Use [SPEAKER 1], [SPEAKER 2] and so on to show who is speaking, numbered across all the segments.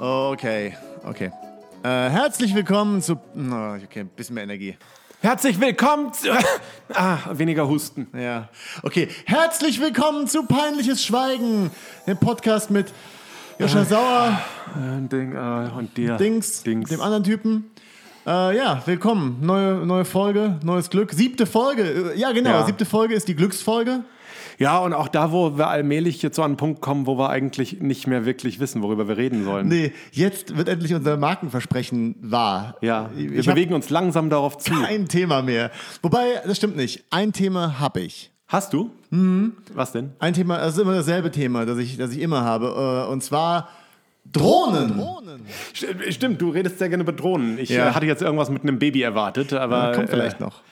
[SPEAKER 1] Okay, okay. Äh, herzlich willkommen zu. Na, Okay, ein bisschen mehr Energie.
[SPEAKER 2] Herzlich willkommen zu. Ah, weniger Husten.
[SPEAKER 1] Ja. Okay, herzlich willkommen zu Peinliches Schweigen, dem Podcast mit
[SPEAKER 2] Äh,
[SPEAKER 1] Joscha Sauer,
[SPEAKER 2] Ein Ding, äh, und dir.
[SPEAKER 1] Dings,
[SPEAKER 2] Dings.
[SPEAKER 1] dem anderen Typen. Äh, ja, willkommen. Neue, neue Folge, neues Glück. Siebte Folge. Äh, Ja, genau.
[SPEAKER 2] Ja.
[SPEAKER 1] Siebte Folge ist die Glücksfolge.
[SPEAKER 2] Ja, und auch da, wo wir allmählich jetzt so an einen Punkt kommen, wo wir eigentlich nicht mehr wirklich wissen, worüber wir reden sollen.
[SPEAKER 1] Nee, jetzt wird endlich unser Markenversprechen wahr.
[SPEAKER 2] Ja,
[SPEAKER 1] ich,
[SPEAKER 2] wir
[SPEAKER 1] ich habe
[SPEAKER 2] bewegen uns langsam darauf zu.
[SPEAKER 1] kein Thema mehr. Wobei, das stimmt nicht. Ein Thema habe ich.
[SPEAKER 2] Hast du? Was denn?
[SPEAKER 1] Ein Thema, das ist immer dasselbe Thema, das ich, das ich immer habe. äh, Und zwar Drohnen.
[SPEAKER 2] St- äh, Stimmt, du redest sehr gerne über Drohnen. Ich
[SPEAKER 1] Ja.
[SPEAKER 2] äh, hatte jetzt irgendwas mit einem Baby erwartet, aber.
[SPEAKER 1] Kommt vielleicht
[SPEAKER 2] äh,
[SPEAKER 1] noch.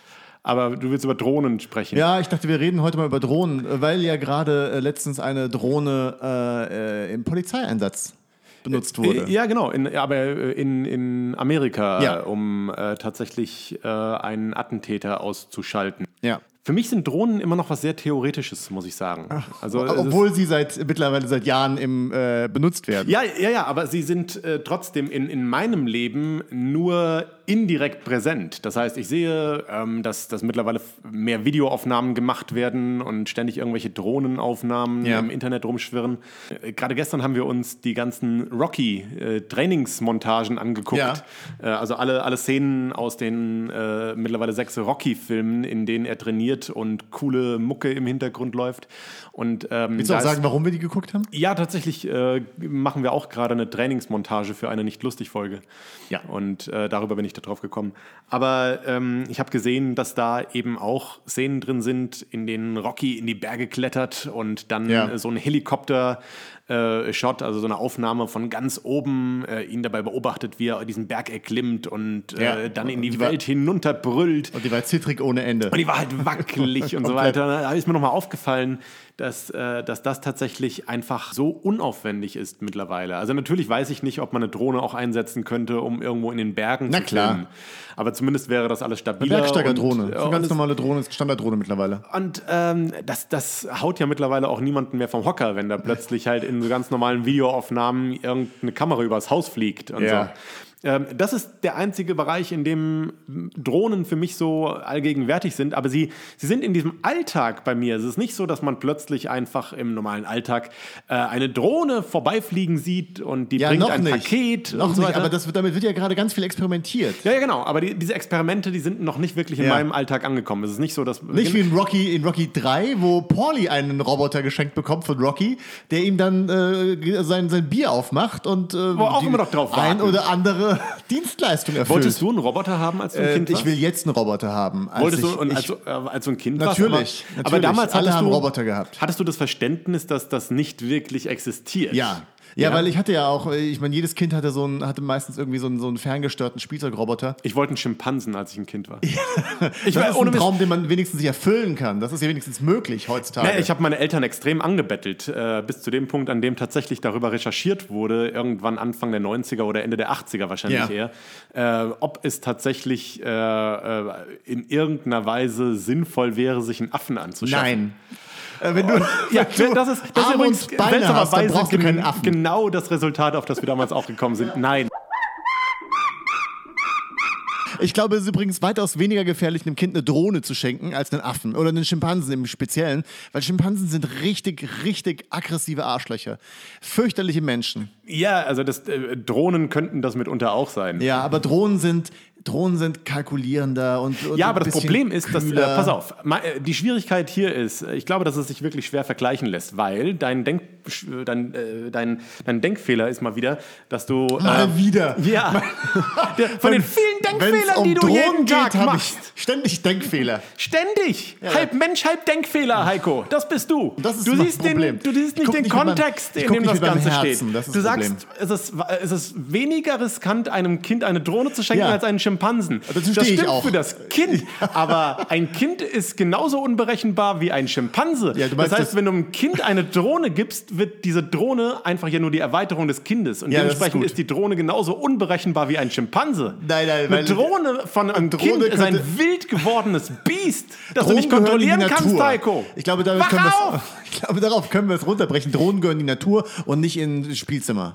[SPEAKER 2] Aber du willst über Drohnen sprechen.
[SPEAKER 1] Ja, ich dachte, wir reden heute mal über Drohnen, äh, weil ja gerade äh, letztens eine Drohne äh, äh, im Polizeieinsatz benutzt wurde.
[SPEAKER 2] Äh, Ja, genau. In, aber äh, in, in Amerika,
[SPEAKER 1] Ja.
[SPEAKER 2] äh, um äh, tatsächlich äh, einen Attentäter auszuschalten.
[SPEAKER 1] Ja.
[SPEAKER 2] Für mich sind Drohnen immer noch was sehr Theoretisches, muss ich sagen. Also, es ist-
[SPEAKER 1] Obwohl sie seit mittlerweile seit Jahren im, äh, benutzt werden.
[SPEAKER 2] ja, ja, ja, aber sie sind äh, trotzdem in, in meinem Leben nur indirekt präsent. Das heißt, ich sehe, ähm, dass, dass mittlerweile f- mehr Videoaufnahmen gemacht werden und ständig irgendwelche Drohnenaufnahmen
[SPEAKER 1] Ja.
[SPEAKER 2] im Internet rumschwirren. Äh, Gerade gestern haben wir uns die ganzen Rocky-Trainingsmontagen angeguckt.
[SPEAKER 1] Ja.
[SPEAKER 2] Äh, also alle, alle Szenen aus den äh, mittlerweile sechs Rocky-Filmen, in denen er trainiert und coole Mucke im Hintergrund läuft. Und, ähm,
[SPEAKER 1] Willst du auch
[SPEAKER 2] da ist-
[SPEAKER 1] sagen, warum wir die geguckt haben?
[SPEAKER 2] ja, tatsächlich äh, machen wir auch gerade eine Trainingsmontage für eine Nicht-Lustig-Folge.
[SPEAKER 1] Ja.
[SPEAKER 2] Und äh, darüber bin ich da drauf gekommen. Aber ähm, ich habe gesehen, dass da eben auch Szenen drin sind, in denen Rocky in die Berge klettert und dann
[SPEAKER 1] Ja.
[SPEAKER 2] äh, so ein Helikopter-Shot, also so eine Aufnahme von ganz oben, äh, ihn dabei beobachtet, wie er diesen Berg erklimmt und äh,
[SPEAKER 1] Ja.
[SPEAKER 2] dann in die,
[SPEAKER 1] Die war-
[SPEAKER 2] Welt hinunterbrüllt.
[SPEAKER 1] Und die war zittrig ohne Ende.
[SPEAKER 2] Und die war halt wackelig und so
[SPEAKER 1] Komplett.
[SPEAKER 2] weiter. Da ist mir nochmal aufgefallen, dass, äh, dass das tatsächlich einfach so unaufwendig ist mittlerweile. Also natürlich weiß ich nicht, ob man eine Drohne auch einsetzen könnte, um irgendwo in den Bergen
[SPEAKER 1] Na
[SPEAKER 2] zu
[SPEAKER 1] klar.
[SPEAKER 2] filmen. Aber zumindest wäre das alles stabiler.
[SPEAKER 1] Bergsteigerdrohne.
[SPEAKER 2] und,
[SPEAKER 1] Das ist
[SPEAKER 2] äh,
[SPEAKER 1] eine
[SPEAKER 2] Und,
[SPEAKER 1] ganz normale Drohne, ist Standarddrohne mittlerweile.
[SPEAKER 2] und ähm, das, das haut ja mittlerweile auch niemanden mehr vom Hocker, wenn da plötzlich halt in so ganz normalen Videoaufnahmen irgendeine Kamera übers Haus fliegt und
[SPEAKER 1] Ja.
[SPEAKER 2] so. Ähm, das ist der einzige Bereich, in dem Drohnen für mich so allgegenwärtig sind, aber sie, sie sind in diesem Alltag bei mir. Es ist nicht so, dass man plötzlich einfach im normalen Alltag äh, eine Drohne vorbeifliegen sieht und die bringt ein Paket.
[SPEAKER 1] Noch
[SPEAKER 2] und so
[SPEAKER 1] nicht,
[SPEAKER 2] weiter.
[SPEAKER 1] aber das, wird- damit wird ja gerade ganz viel experimentiert.
[SPEAKER 2] ja, ja, genau. Aber die, diese Experimente, die sind noch nicht wirklich in
[SPEAKER 1] Ja.
[SPEAKER 2] meinem Alltag angekommen. Es ist nicht so, dass
[SPEAKER 1] Nicht wie in Rocky, in Rocky 3, wo Pauli einen Roboter geschenkt bekommt von Rocky, der ihm dann äh, ge- sein, sein Bier aufmacht und äh,
[SPEAKER 2] wir auch
[SPEAKER 1] die
[SPEAKER 2] immer noch drauf
[SPEAKER 1] ein
[SPEAKER 2] warten.
[SPEAKER 1] oder andere Dienstleistung erfüllt.
[SPEAKER 2] Wolltest du einen Roboter haben, als du ein
[SPEAKER 1] äh,
[SPEAKER 2] Kind warst?
[SPEAKER 1] ich will jetzt einen Roboter haben. Als
[SPEAKER 2] Wolltest
[SPEAKER 1] ich,
[SPEAKER 2] du, und
[SPEAKER 1] ich,
[SPEAKER 2] als, du- äh, als du ein Kind
[SPEAKER 1] Natürlich,
[SPEAKER 2] warst? aber-
[SPEAKER 1] natürlich.
[SPEAKER 2] Aber damals
[SPEAKER 1] Alle
[SPEAKER 2] hattest
[SPEAKER 1] haben
[SPEAKER 2] du,
[SPEAKER 1] Roboter gehabt.
[SPEAKER 2] Hattest du das Verständnis, dass das nicht wirklich existiert?
[SPEAKER 1] ja. Ja, weil ich hatte ja auch, äh, ich meine, jedes Kind hatte so einen, hatte meistens irgendwie so einen, so einen ferngesteuerten Spielzeugroboter.
[SPEAKER 2] Ich wollte einen Schimpansen, als ich ein Kind war.
[SPEAKER 1] Ich
[SPEAKER 2] war-
[SPEAKER 1] das ist
[SPEAKER 2] ohne
[SPEAKER 1] ein
[SPEAKER 2] Mist-
[SPEAKER 1] Traum, den man wenigstens sich erfüllen kann. Das ist ja wenigstens möglich heutzutage.
[SPEAKER 2] Naja, ich habe meine Eltern extrem angebettelt, äh, bis zu dem Punkt, an dem tatsächlich darüber recherchiert wurde, irgendwann Anfang der 90er oder Ende der 80er wahrscheinlich
[SPEAKER 1] Ja.
[SPEAKER 2] eher, äh, ob es tatsächlich äh, äh, in irgendeiner Weise sinnvoll wäre, sich einen Affen anzuschaffen.
[SPEAKER 1] Nein. Äh, wenn du,
[SPEAKER 2] Ja,
[SPEAKER 1] wenn du
[SPEAKER 2] das ist, das ist
[SPEAKER 1] Arme
[SPEAKER 2] übrigens
[SPEAKER 1] und Beine hast, dann brauchst du
[SPEAKER 2] gen-
[SPEAKER 1] keinen Affen.
[SPEAKER 2] genau das Resultat, auf das wir damals auch gekommen sind. Nein.
[SPEAKER 1] Ich glaube, es ist übrigens weitaus weniger gefährlich, einem Kind eine Drohne zu schenken, als einen Affen oder einen Schimpansen im Speziellen, weil Schimpansen sind richtig, richtig aggressive Arschlöcher. Fürchterliche Menschen.
[SPEAKER 2] Ja, also das, äh, Drohnen könnten das mitunter auch sein.
[SPEAKER 1] Ja, aber Drohnen sind, Drohnen sind kalkulierender und, und
[SPEAKER 2] Ja,
[SPEAKER 1] ein
[SPEAKER 2] aber das
[SPEAKER 1] bisschen
[SPEAKER 2] Problem ist, dass, äh,
[SPEAKER 1] kühler.
[SPEAKER 2] pass auf, ma- äh, die Schwierigkeit hier ist, äh, ich glaube, dass es sich wirklich schwer vergleichen lässt, weil dein, Denk, sch- dein, äh, dein, dein Denkfehler ist mal wieder, dass du... äh,
[SPEAKER 1] Mal wieder.
[SPEAKER 2] Ja, Der- von den vielen
[SPEAKER 1] Wenn's um
[SPEAKER 2] Denkfehlern, die du
[SPEAKER 1] Drohnen
[SPEAKER 2] jeden Tag
[SPEAKER 1] hab
[SPEAKER 2] machst.
[SPEAKER 1] Ich ständig Denkfehler.
[SPEAKER 2] Ständig. halb Mensch, halb Denkfehler, Heiko. Das bist du.
[SPEAKER 1] Das ist
[SPEAKER 2] du,
[SPEAKER 1] mein
[SPEAKER 2] siehst
[SPEAKER 1] Problem.
[SPEAKER 2] Den, du siehst
[SPEAKER 1] Ich guck
[SPEAKER 2] nicht den
[SPEAKER 1] nicht mit meinem-
[SPEAKER 2] Kontext,
[SPEAKER 1] ich
[SPEAKER 2] in
[SPEAKER 1] guck
[SPEAKER 2] dem
[SPEAKER 1] nicht
[SPEAKER 2] das
[SPEAKER 1] mit meinem
[SPEAKER 2] Ganze
[SPEAKER 1] Herzen.
[SPEAKER 2] steht.
[SPEAKER 1] Das ist
[SPEAKER 2] du
[SPEAKER 1] das Problem.
[SPEAKER 2] sagst, es ist, es ist weniger riskant, einem Kind eine Drohne zu schenken,
[SPEAKER 1] Ja.
[SPEAKER 2] als einen Schimpansen.
[SPEAKER 1] Dazu
[SPEAKER 2] das
[SPEAKER 1] stehe ich
[SPEAKER 2] stimmt
[SPEAKER 1] auch.
[SPEAKER 2] für das Kind. Aber ein Kind ist genauso unberechenbar wie ein Schimpanse.
[SPEAKER 1] Ja, du meinst,
[SPEAKER 2] das
[SPEAKER 1] das-
[SPEAKER 2] heißt, wenn du einem Kind eine Drohne gibst, wird diese Drohne einfach ja nur die Erweiterung des Kindes. Und
[SPEAKER 1] Ja, das ist
[SPEAKER 2] dementsprechend
[SPEAKER 1] gut.
[SPEAKER 2] ist, die Drohne genauso unberechenbar wie ein Schimpanse.
[SPEAKER 1] Nein, nein,
[SPEAKER 2] Eine
[SPEAKER 1] weil-
[SPEAKER 2] Drohne von einem
[SPEAKER 1] Drohne
[SPEAKER 2] Kind ist ein
[SPEAKER 1] könnte-
[SPEAKER 2] wild gewordenes Biest, das
[SPEAKER 1] Drohnen
[SPEAKER 2] du nicht
[SPEAKER 1] gehören
[SPEAKER 2] kontrollieren
[SPEAKER 1] in die
[SPEAKER 2] kannst,
[SPEAKER 1] Natur.
[SPEAKER 2] Heiko.
[SPEAKER 1] Ich glaube, damit
[SPEAKER 2] Wach
[SPEAKER 1] können wir's-
[SPEAKER 2] auf!
[SPEAKER 1] ich glaube, darauf können wir es runterbrechen. Drohnen gehören in die Natur und nicht ins Spielzimmer.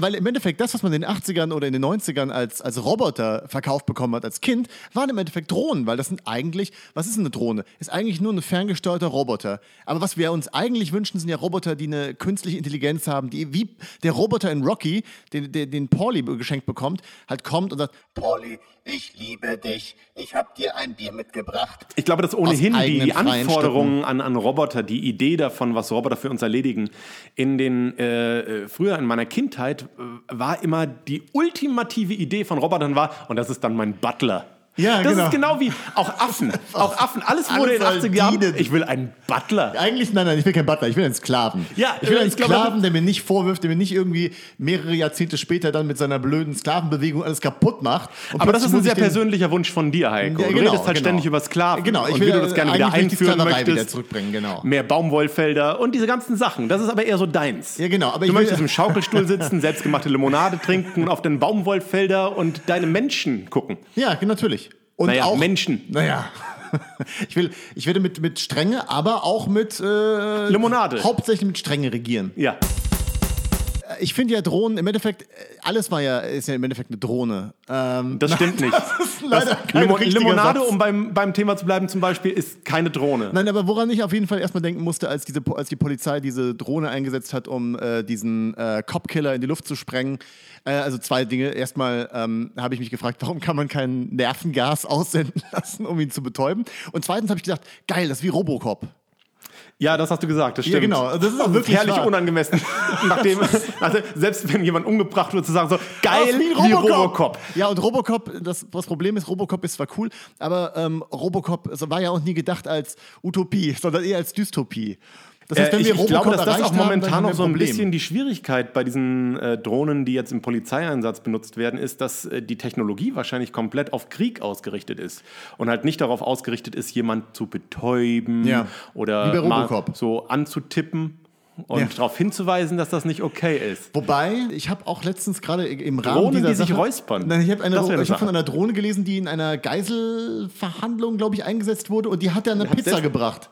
[SPEAKER 1] weil im Endeffekt das, was man in den 80ern oder in den 90ern als, als Roboter verkauft bekommen hat, als Kind, waren im Endeffekt Drohnen, weil das sind eigentlich, was ist eine Drohne? Ist eigentlich nur ein ferngesteuerter Roboter. Aber was wir uns eigentlich wünschen, sind ja Roboter, die eine künstliche Intelligenz haben, die wie der Roboter in Rocky, den, den, den Pauli geschenkt bekommt, halt kommt und sagt,
[SPEAKER 3] Polly, ich liebe dich. Ich hab dir ein Bier mitgebracht.
[SPEAKER 2] Ich glaube, dass ohnehin
[SPEAKER 1] Aus eigenen
[SPEAKER 2] die
[SPEAKER 1] freien
[SPEAKER 2] Anforderungen an, an Roboter, die Idee davon, was Roboter für uns erledigen, in den äh, äh, früher in meiner Kindheit äh, war immer die ultimative Idee von Robotern war, und das ist dann mein Butler.
[SPEAKER 1] Ja,
[SPEAKER 2] das
[SPEAKER 1] genau.
[SPEAKER 2] ist genau wie auch Affen. auch Affen. Alles
[SPEAKER 1] Alles
[SPEAKER 2] wurde in den
[SPEAKER 1] soll
[SPEAKER 2] 80er Jahren.
[SPEAKER 1] dienen.
[SPEAKER 2] Ich will einen Butler.
[SPEAKER 1] Eigentlich, nein, nein, ich will keinen Butler, ich will einen Sklaven.
[SPEAKER 2] Ja,
[SPEAKER 1] ich will
[SPEAKER 2] äh,
[SPEAKER 1] einen
[SPEAKER 2] ich glaube,
[SPEAKER 1] Sklaven, der mir nicht vorwirft, der mir nicht irgendwie mehrere Jahrzehnte später dann mit seiner blöden Sklavenbewegung alles kaputt macht. Und
[SPEAKER 2] Aber das
[SPEAKER 1] plötzlich
[SPEAKER 2] ist ein
[SPEAKER 1] muss
[SPEAKER 2] sehr
[SPEAKER 1] ich den-
[SPEAKER 2] persönlicher Wunsch von dir, Heiko.
[SPEAKER 1] Ja,
[SPEAKER 2] du
[SPEAKER 1] genau,
[SPEAKER 2] redest halt
[SPEAKER 1] genau.
[SPEAKER 2] ständig über Sklaven.
[SPEAKER 1] Genau, ich
[SPEAKER 2] und
[SPEAKER 1] will
[SPEAKER 2] wie du das gerne wieder
[SPEAKER 1] eigentlich will ich die
[SPEAKER 2] einführen
[SPEAKER 1] Sklaverei
[SPEAKER 2] möchtest.
[SPEAKER 1] wieder zurückbringen, genau.
[SPEAKER 2] Mehr Baumwollfelder und diese ganzen Sachen. Das ist aber eher so deins.
[SPEAKER 1] Ja, genau, aber
[SPEAKER 2] du
[SPEAKER 1] ich will-
[SPEAKER 2] möchtest im Schaukelstuhl sitzen, selbstgemachte Limonade trinken, auf den Baumwollfelder und deine Menschen gucken.
[SPEAKER 1] Ja, ge- natürlich. Und
[SPEAKER 2] Naja, Menschen.
[SPEAKER 1] Naja. Ich will, ich werde mit, mit Strenge, aber auch mit äh,
[SPEAKER 2] Limonade.
[SPEAKER 1] Hauptsächlich mit Strenge regieren.
[SPEAKER 2] Ja.
[SPEAKER 1] Ich finde ja Drohnen im Endeffekt, äh, alles war ja, ist ja im Endeffekt eine Drohne. Ähm,
[SPEAKER 2] Das stimmt nicht.
[SPEAKER 1] ist leider kein
[SPEAKER 2] Limon
[SPEAKER 1] richtiger
[SPEAKER 2] Limonade,
[SPEAKER 1] Satz.
[SPEAKER 2] um beim, beim Thema zu bleiben, zum Beispiel, ist keine Drohne.
[SPEAKER 1] Nein, aber woran ich auf jeden Fall erstmal denken musste, als, diese, Po- als die Polizei diese Drohne eingesetzt hat, um äh, diesen äh, Cop-Killer in die Luft zu sprengen. Äh, also zwei Dinge. Erstmal ähm, habe ich mich gefragt, warum kann man kein Nervengas aussenden lassen, um ihn zu betäuben? Und zweitens habe ich gedacht, geil, das ist wie Robocop.
[SPEAKER 2] Ja, das hast du gesagt, das stimmt.
[SPEAKER 1] Ja, genau. Das ist auch wirklich
[SPEAKER 2] herrlich
[SPEAKER 1] wahr.
[SPEAKER 2] unangemessen. Nachdem, also selbst wenn jemand umgebracht wird, zu sagen so, geil
[SPEAKER 1] Aus
[SPEAKER 2] wie Robocop. Robocop.
[SPEAKER 1] Ja, und Robocop, das, das Problem ist, Robocop ist zwar cool, aber ähm, Robocop so war ja auch nie gedacht als Utopie, sondern eher als Dystopie. Das heißt,
[SPEAKER 2] Äh,
[SPEAKER 1] wenn
[SPEAKER 2] ich,
[SPEAKER 1] wir
[SPEAKER 2] ich
[SPEAKER 1] Robocop
[SPEAKER 2] glaube, dass das
[SPEAKER 1] erreicht
[SPEAKER 2] auch
[SPEAKER 1] haben, dann
[SPEAKER 2] momentan
[SPEAKER 1] haben wir
[SPEAKER 2] noch so ein
[SPEAKER 1] Problem.
[SPEAKER 2] bisschen die Schwierigkeit bei diesen äh, Drohnen, die jetzt im Polizeieinsatz benutzt werden, ist, dass äh, die Technologie wahrscheinlich komplett auf Krieg ausgerichtet ist und halt nicht darauf ausgerichtet ist, jemand zu betäuben
[SPEAKER 1] Ja. Wie bei
[SPEAKER 2] oder mal
[SPEAKER 1] Robocop.
[SPEAKER 2] so anzutippen und
[SPEAKER 1] Ja.
[SPEAKER 2] darauf hinzuweisen, dass das nicht okay ist.
[SPEAKER 1] Wobei, ich habe auch letztens gerade im Rahmen
[SPEAKER 2] Drohnen,
[SPEAKER 1] dieser
[SPEAKER 2] die sich
[SPEAKER 1] Sache,
[SPEAKER 2] räuspern.
[SPEAKER 1] Nein, ich habe eine,
[SPEAKER 2] Das wäre eine
[SPEAKER 1] ich hab von
[SPEAKER 2] Sache.
[SPEAKER 1] einer Drohne gelesen, die in einer Geiselverhandlung, glaube ich, eingesetzt wurde und die hat dann eine
[SPEAKER 2] Hat
[SPEAKER 1] Pizza
[SPEAKER 2] selbst-
[SPEAKER 1] gebracht.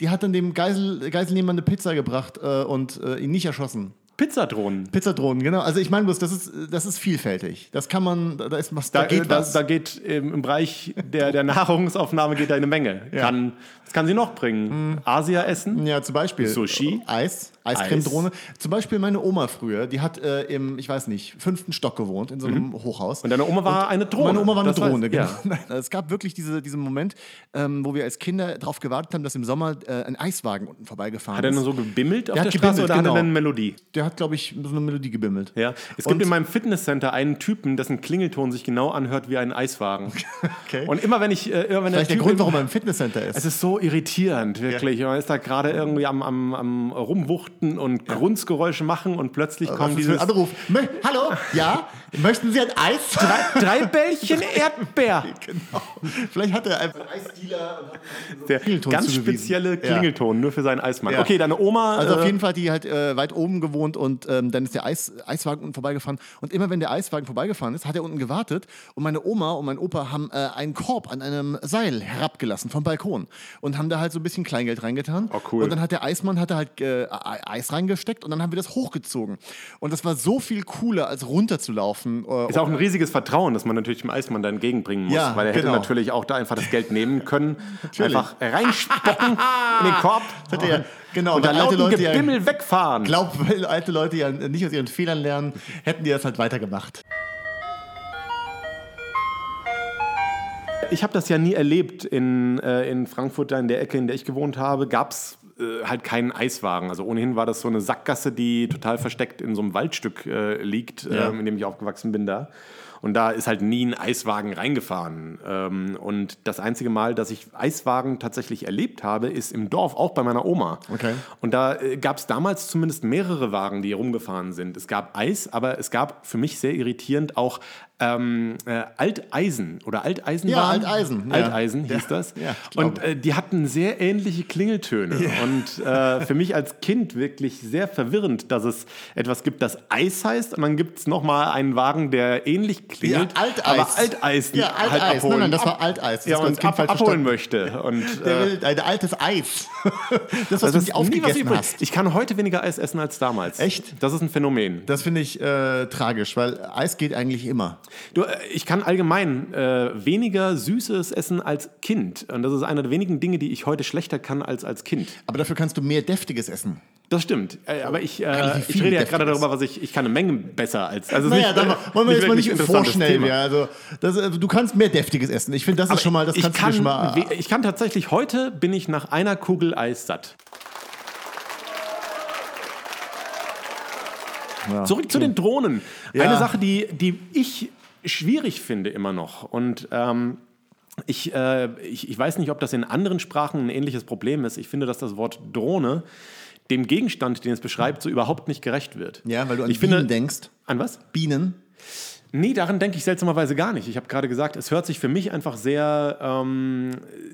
[SPEAKER 1] Die hat dann dem Geisel, Geiselnehmer eine Pizza gebracht äh, und äh, ihn nicht erschossen.
[SPEAKER 2] Pizzadrohnen.
[SPEAKER 1] Pizzadrohnen, genau. Also ich meine bloß, das ist, das ist vielfältig. Das kann man, da ist was, da,
[SPEAKER 2] Da,
[SPEAKER 1] geht
[SPEAKER 2] äh, da,
[SPEAKER 1] was.
[SPEAKER 2] da geht ähm, im Bereich der, der Nahrungsaufnahme geht da eine Menge.
[SPEAKER 1] Ja. Mhm.
[SPEAKER 2] Kann, was kann sie noch bringen? Asia essen?
[SPEAKER 1] Ja, zum Beispiel. äh,
[SPEAKER 2] Sushi?
[SPEAKER 1] Eis, Eiscremedrohne. Zum Beispiel meine Oma früher, die hat äh, im, ich weiß nicht, fünften Stock gewohnt, in so
[SPEAKER 2] Mhm.
[SPEAKER 1] einem Hochhaus.
[SPEAKER 2] Und deine Oma war eine Drohne.
[SPEAKER 1] Meine Oma war eine
[SPEAKER 2] Das
[SPEAKER 1] Drohne,
[SPEAKER 2] heißt,
[SPEAKER 1] genau.
[SPEAKER 2] ja.
[SPEAKER 1] Nein, Es gab wirklich diese, diesen Moment, ähm, wo wir als Kinder darauf gewartet haben, dass im Sommer äh, ein Eiswagen unten vorbeigefahren
[SPEAKER 2] Hat er
[SPEAKER 1] ist.
[SPEAKER 2] nur so gebimmelt auf
[SPEAKER 1] Der
[SPEAKER 2] der,
[SPEAKER 1] hat
[SPEAKER 2] Straße
[SPEAKER 1] gebimmelt,
[SPEAKER 2] oder hat
[SPEAKER 1] genau.
[SPEAKER 2] er eine Melodie?
[SPEAKER 1] Der hat, glaube ich, so eine Melodie gebimmelt.
[SPEAKER 2] Ja. Es gibt
[SPEAKER 1] Und-
[SPEAKER 2] in meinem Fitnesscenter einen Typen, dessen Klingelton sich genau anhört wie ein Eiswagen.
[SPEAKER 1] Okay.
[SPEAKER 2] Und immer wenn ich, äh, immer wenn
[SPEAKER 1] Vielleicht der
[SPEAKER 2] Typ
[SPEAKER 1] Grund,
[SPEAKER 2] im-
[SPEAKER 1] warum er im Fitnesscenter ist.
[SPEAKER 2] es ist so irritierend, wirklich. Man ist da gerade irgendwie am, am, am Rumwuchten und Grunzgeräusche machen und plötzlich
[SPEAKER 1] Also Was
[SPEAKER 2] kommen
[SPEAKER 1] ist für ein
[SPEAKER 2] dieses
[SPEAKER 1] Anruf. Mö Hallo? Ja? Möchten Sie ein Eis?
[SPEAKER 2] drei, drei Bällchen Erdbeer.
[SPEAKER 1] genau. Vielleicht hat er einfach einen Eisdealer und hat ihm so
[SPEAKER 2] Der
[SPEAKER 1] Klingelton
[SPEAKER 2] ganz
[SPEAKER 1] zugewiesen.
[SPEAKER 2] spezielle Klingelton, nur für seinen Eismann.
[SPEAKER 1] Ja.
[SPEAKER 2] Okay, deine Oma.
[SPEAKER 1] Also
[SPEAKER 2] äh,
[SPEAKER 1] auf jeden Fall hat die halt äh, weit oben gewohnt und ähm, dann ist der Eis, Eiswagen unten vorbeigefahren. Und immer wenn der Eiswagen vorbeigefahren ist, hat er unten gewartet und meine Oma und mein Opa haben äh, einen Korb an einem Seil herabgelassen vom Balkon und haben da halt so ein bisschen Kleingeld reingetan.
[SPEAKER 2] Oh, cool.
[SPEAKER 1] Und dann hat der Eismann hat da halt äh, E- Eis reingesteckt und dann haben wir das hochgezogen. Und das war so viel cooler, als runterzulaufen. Äh,
[SPEAKER 2] Ist auch ein riesiges Vertrauen, das man natürlich dem Eismann da entgegenbringen muss,
[SPEAKER 1] Ja,
[SPEAKER 2] weil er
[SPEAKER 1] genau.
[SPEAKER 2] hätte natürlich auch da einfach das Geld nehmen können, einfach reinspocken in den Korb
[SPEAKER 1] hat er ja- genau,
[SPEAKER 2] und dann
[SPEAKER 1] weil alte
[SPEAKER 2] lauten
[SPEAKER 1] Leute ja-
[SPEAKER 2] Gebimmel wegfahren.
[SPEAKER 1] glaub, weil alte Leute ja nicht aus ihren Fehlern lernen, hätten die das halt weitergemacht.
[SPEAKER 2] Ich habe das ja nie erlebt in, äh, in Frankfurt, da in der Ecke, in der ich gewohnt habe, gab es äh, halt keinen Eiswagen. Also ohnehin war das so eine Sackgasse, die total versteckt in so einem Waldstück äh, liegt, ähm, in dem ich aufgewachsen bin da. Und da ist halt nie ein Eiswagen reingefahren. Ähm, und das einzige Mal, dass ich Eiswagen tatsächlich erlebt habe, ist im Dorf, auch bei meiner Oma.
[SPEAKER 1] Okay.
[SPEAKER 2] Und da äh, gab es damals zumindest mehrere Wagen, die rumgefahren sind. Es gab Eis, aber es gab für mich sehr irritierend auch ähm, äh, Alteisen oder Alteisen
[SPEAKER 1] Ja,
[SPEAKER 2] waren.
[SPEAKER 1] Alteisen, ja.
[SPEAKER 2] Alteisen hieß das.
[SPEAKER 1] ja, ich glaube.
[SPEAKER 2] und äh, die hatten sehr ähnliche Klingeltöne. Und äh, für mich als Kind wirklich sehr verwirrend, dass es etwas gibt, das Eis heißt. Und dann gibt es nochmal einen Wagen, der ähnlich klingelt,
[SPEAKER 1] Ja, Alteis.
[SPEAKER 2] aber Alteis
[SPEAKER 1] Ja, Alteis.
[SPEAKER 2] Halt abholen,
[SPEAKER 1] Nein, nein, das
[SPEAKER 2] ab-
[SPEAKER 1] war Alteis. Das
[SPEAKER 2] ja,
[SPEAKER 1] ist mein
[SPEAKER 2] und
[SPEAKER 1] Kind
[SPEAKER 2] ab,
[SPEAKER 1] falsch
[SPEAKER 2] abholen
[SPEAKER 1] verstanden.
[SPEAKER 2] möchte. Und,
[SPEAKER 1] Der
[SPEAKER 2] äh,
[SPEAKER 1] will ein altes Eis. Das, was du nicht
[SPEAKER 2] das ist nie was
[SPEAKER 1] aufgegessen
[SPEAKER 2] übrig.
[SPEAKER 1] hast.
[SPEAKER 2] Ich kann heute weniger Eis essen als damals.
[SPEAKER 1] Echt?
[SPEAKER 2] Das ist ein Phänomen.
[SPEAKER 1] Das finde ich äh, tragisch, weil Eis geht eigentlich immer.
[SPEAKER 2] Du, äh, ich kann allgemein äh, weniger Süßes essen als Kind. Und das ist einer der wenigen Dinge, die ich heute schlechter kann als als Kind.
[SPEAKER 1] Aber dafür kannst du mehr Deftiges essen.
[SPEAKER 2] Das stimmt. Äh, aber ich, äh,
[SPEAKER 1] Eigentlich viel
[SPEAKER 2] ich rede ja gerade
[SPEAKER 1] deftiger ist.
[SPEAKER 2] darüber, was ich, ich kann eine Menge besser als. Also es ist
[SPEAKER 1] naja,
[SPEAKER 2] äh,
[SPEAKER 1] dann wollen wir jetzt mal
[SPEAKER 2] wirklich
[SPEAKER 1] nicht
[SPEAKER 2] interessantes
[SPEAKER 1] vorschnell
[SPEAKER 2] Thema.
[SPEAKER 1] werden. Also, das, äh, du kannst mehr Deftiges essen. Ich finde, das ist schon mal, das
[SPEAKER 2] ich
[SPEAKER 1] kannst
[SPEAKER 2] kann,
[SPEAKER 1] du schon mal.
[SPEAKER 2] we- ich kann tatsächlich, heute bin ich nach einer Kugel Eis satt. Zurück zu den Drohnen. Eine Sache, die, die ich schwierig finde immer noch. Und ähm, ich, äh, ich, ich weiß nicht, ob das in anderen Sprachen ein ähnliches Problem ist. Ich finde, dass das Wort Drohne dem Gegenstand, den es beschreibt, so überhaupt nicht gerecht wird.
[SPEAKER 1] ja, weil du an
[SPEAKER 2] ich
[SPEAKER 1] Bienen
[SPEAKER 2] finde,
[SPEAKER 1] denkst.
[SPEAKER 2] An was?
[SPEAKER 1] Bienen.
[SPEAKER 2] Nee, daran denke ich seltsamerweise gar nicht. Ich habe gerade gesagt, es hört sich für mich einfach sehr, ähm,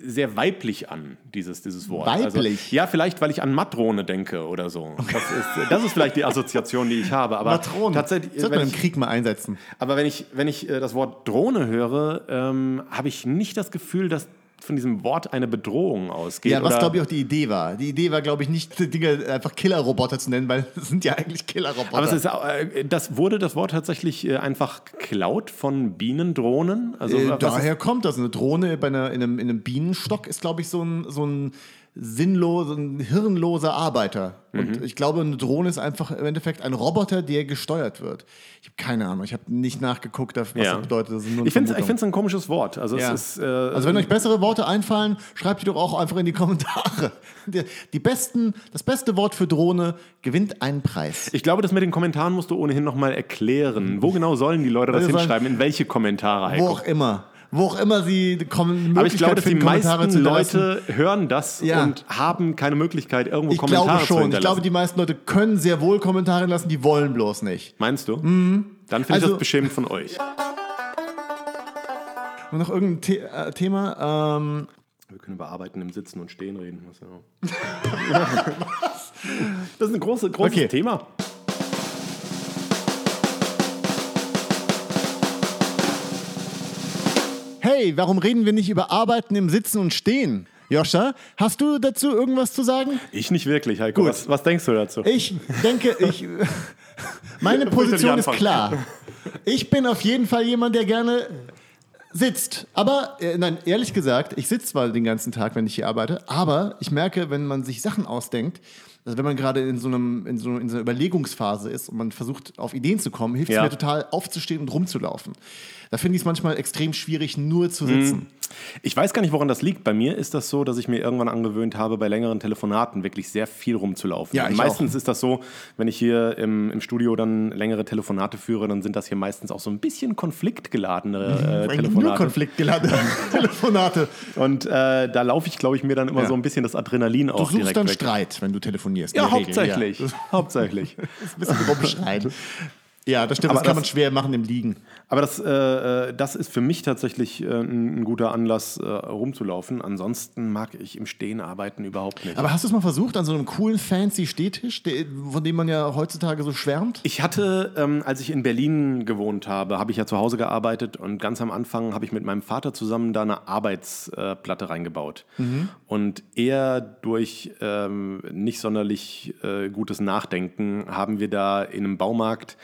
[SPEAKER 2] sehr weiblich an, dieses, dieses Wort. Also,
[SPEAKER 1] Weiblich?
[SPEAKER 2] ja, vielleicht, weil ich an Matrone denke oder so. Das ist, das ist vielleicht die Assoziation, die ich habe. Aber
[SPEAKER 1] Patronen.
[SPEAKER 2] Tatsächlich,
[SPEAKER 1] Sollte man im
[SPEAKER 2] wenn ich,
[SPEAKER 1] Krieg mal einsetzen.
[SPEAKER 2] aber wenn ich, wenn ich äh, das Wort Drohne höre, ähm, habe ich nicht das Gefühl, dass von diesem Wort eine Bedrohung ausgeht.
[SPEAKER 1] Ja, was
[SPEAKER 2] oder-
[SPEAKER 1] glaube ich auch die Idee war. Die Idee war, glaube ich, nicht die Dinge einfach Killerroboter zu nennen, weil das sind ja eigentlich Killerroboter.
[SPEAKER 2] Aber es ist, auch, äh, das wurde das Wort tatsächlich äh, einfach geklaut von Bienendrohnen. Also,
[SPEAKER 1] Äh,
[SPEAKER 2] was ist-
[SPEAKER 1] daher kommt das. Eine Drohne bei einer, in, einem, in einem Bienenstock ist, glaube ich, so ein, so ein sinnloser, ein hirnloser Arbeiter. Und
[SPEAKER 2] Mhm.
[SPEAKER 1] ich glaube, eine Drohne ist einfach im Endeffekt ein Roboter, der gesteuert wird. Ich habe keine Ahnung. Ich habe nicht nachgeguckt, was
[SPEAKER 2] Ja.
[SPEAKER 1] das bedeutet. Das ist nur eine
[SPEAKER 2] Ich finde
[SPEAKER 1] Vermutung.
[SPEAKER 2] es ein komisches Wort. Also,
[SPEAKER 1] Ja.
[SPEAKER 2] es ist, äh,
[SPEAKER 1] also wenn euch bessere Worte einfallen, schreibt die doch auch einfach in die Kommentare. Die, die besten, das beste Wort für Drohne gewinnt einen Preis.
[SPEAKER 2] ich glaube, das mit den Kommentaren musst du ohnehin nochmal erklären. Wo genau sollen die Leute das
[SPEAKER 1] Wir sagen-
[SPEAKER 2] hinschreiben? In welche Kommentare,
[SPEAKER 1] Hm. Also Wo
[SPEAKER 2] Heiko?
[SPEAKER 1] auch immer. Wo auch immer sie kommen.
[SPEAKER 2] Aber ich glaube, dass die
[SPEAKER 1] Möglichkeit finden, Kommentare
[SPEAKER 2] meisten
[SPEAKER 1] zu hinterlassen.
[SPEAKER 2] Leute hören das
[SPEAKER 1] Ja.
[SPEAKER 2] und haben keine Möglichkeit, irgendwo
[SPEAKER 1] Ich
[SPEAKER 2] Kommentare
[SPEAKER 1] glaube
[SPEAKER 2] zu
[SPEAKER 1] schon. Ich
[SPEAKER 2] hinterlassen.
[SPEAKER 1] glaube, die meisten Leute können sehr wohl Kommentare lassen, die wollen bloß nicht.
[SPEAKER 2] Meinst du? Dann finde ich
[SPEAKER 1] Also-
[SPEAKER 2] das beschämend von euch.
[SPEAKER 1] Und noch irgendein The äh, Thema? Ähm,
[SPEAKER 2] Wir können über Arbeiten im Sitzen und Stehen reden. Was, ja. Das ist ein große, großes
[SPEAKER 1] Okay.
[SPEAKER 2] Thema.
[SPEAKER 1] hey, warum reden wir nicht über Arbeiten im Sitzen und Stehen? Joscha, hast du dazu irgendwas zu sagen?
[SPEAKER 2] Ich nicht wirklich, Heiko.
[SPEAKER 1] Gut.
[SPEAKER 2] Was, was denkst du dazu?
[SPEAKER 1] Ich denke, ich. Meine
[SPEAKER 2] Ich wollte
[SPEAKER 1] Position
[SPEAKER 2] nicht
[SPEAKER 1] ist
[SPEAKER 2] anfangen.
[SPEAKER 1] klar. Ich bin auf jeden Fall jemand, der gerne sitzt. Aber, äh, nein, ehrlich gesagt, ich sitze zwar den ganzen Tag, wenn ich hier arbeite, aber ich merke, wenn man sich Sachen ausdenkt, also wenn man gerade in so, einem, in, so, in so einer Überlegungsphase ist und man versucht, auf Ideen zu kommen, hilft
[SPEAKER 2] Ja.
[SPEAKER 1] es mir total, aufzustehen und rumzulaufen. Da finde ich es manchmal extrem schwierig, nur zu
[SPEAKER 2] Hm,
[SPEAKER 1] sitzen.
[SPEAKER 2] Ich weiß gar nicht, woran das liegt. Bei mir ist das so, dass ich mir irgendwann angewöhnt habe, bei längeren Telefonaten wirklich sehr viel rumzulaufen.
[SPEAKER 1] Ja, ich
[SPEAKER 2] Und meistens ist das so, wenn ich hier im, im Studio dann längere Telefonate führe, dann sind das hier meistens auch so ein bisschen konfliktgeladene äh,
[SPEAKER 1] Mhm. Eigentlich Nur
[SPEAKER 2] Telefonate.
[SPEAKER 1] konfliktgeladene Telefonate.
[SPEAKER 2] Und äh, da laufe ich, glaube ich, mir dann immer
[SPEAKER 1] Ja.
[SPEAKER 2] so ein bisschen das Adrenalin
[SPEAKER 1] Du
[SPEAKER 2] auch
[SPEAKER 1] suchst
[SPEAKER 2] direkt
[SPEAKER 1] dann
[SPEAKER 2] weg.
[SPEAKER 1] Streit, wenn du telefonierst.
[SPEAKER 2] Ja,
[SPEAKER 1] in der Regel,
[SPEAKER 2] hauptsächlich. Hauptsächlich.
[SPEAKER 1] ein bisschen rumschreien. Ja, das stimmt.
[SPEAKER 2] Aber
[SPEAKER 1] das kann
[SPEAKER 2] das-
[SPEAKER 1] man schwer machen im Liegen.
[SPEAKER 2] Aber das, äh, äh, das ist für mich tatsächlich äh, ein, ein guter Anlass, äh, rumzulaufen. Ansonsten mag ich im Stehen arbeiten überhaupt nicht.
[SPEAKER 1] Aber hast du es mal versucht an so einem coolen, fancy Stehtisch, der, von dem man ja heutzutage so schwärmt?
[SPEAKER 2] Ich hatte, ähm, als ich in Berlin gewohnt habe, habe ich ja zu Hause gearbeitet und ganz am Anfang habe ich mit meinem Vater zusammen da eine Arbeitsplatte reingebaut.
[SPEAKER 1] Mhm.
[SPEAKER 2] Und eher durch ähm, nicht sonderlich äh, gutes Nachdenken haben wir da in einem Baumarkt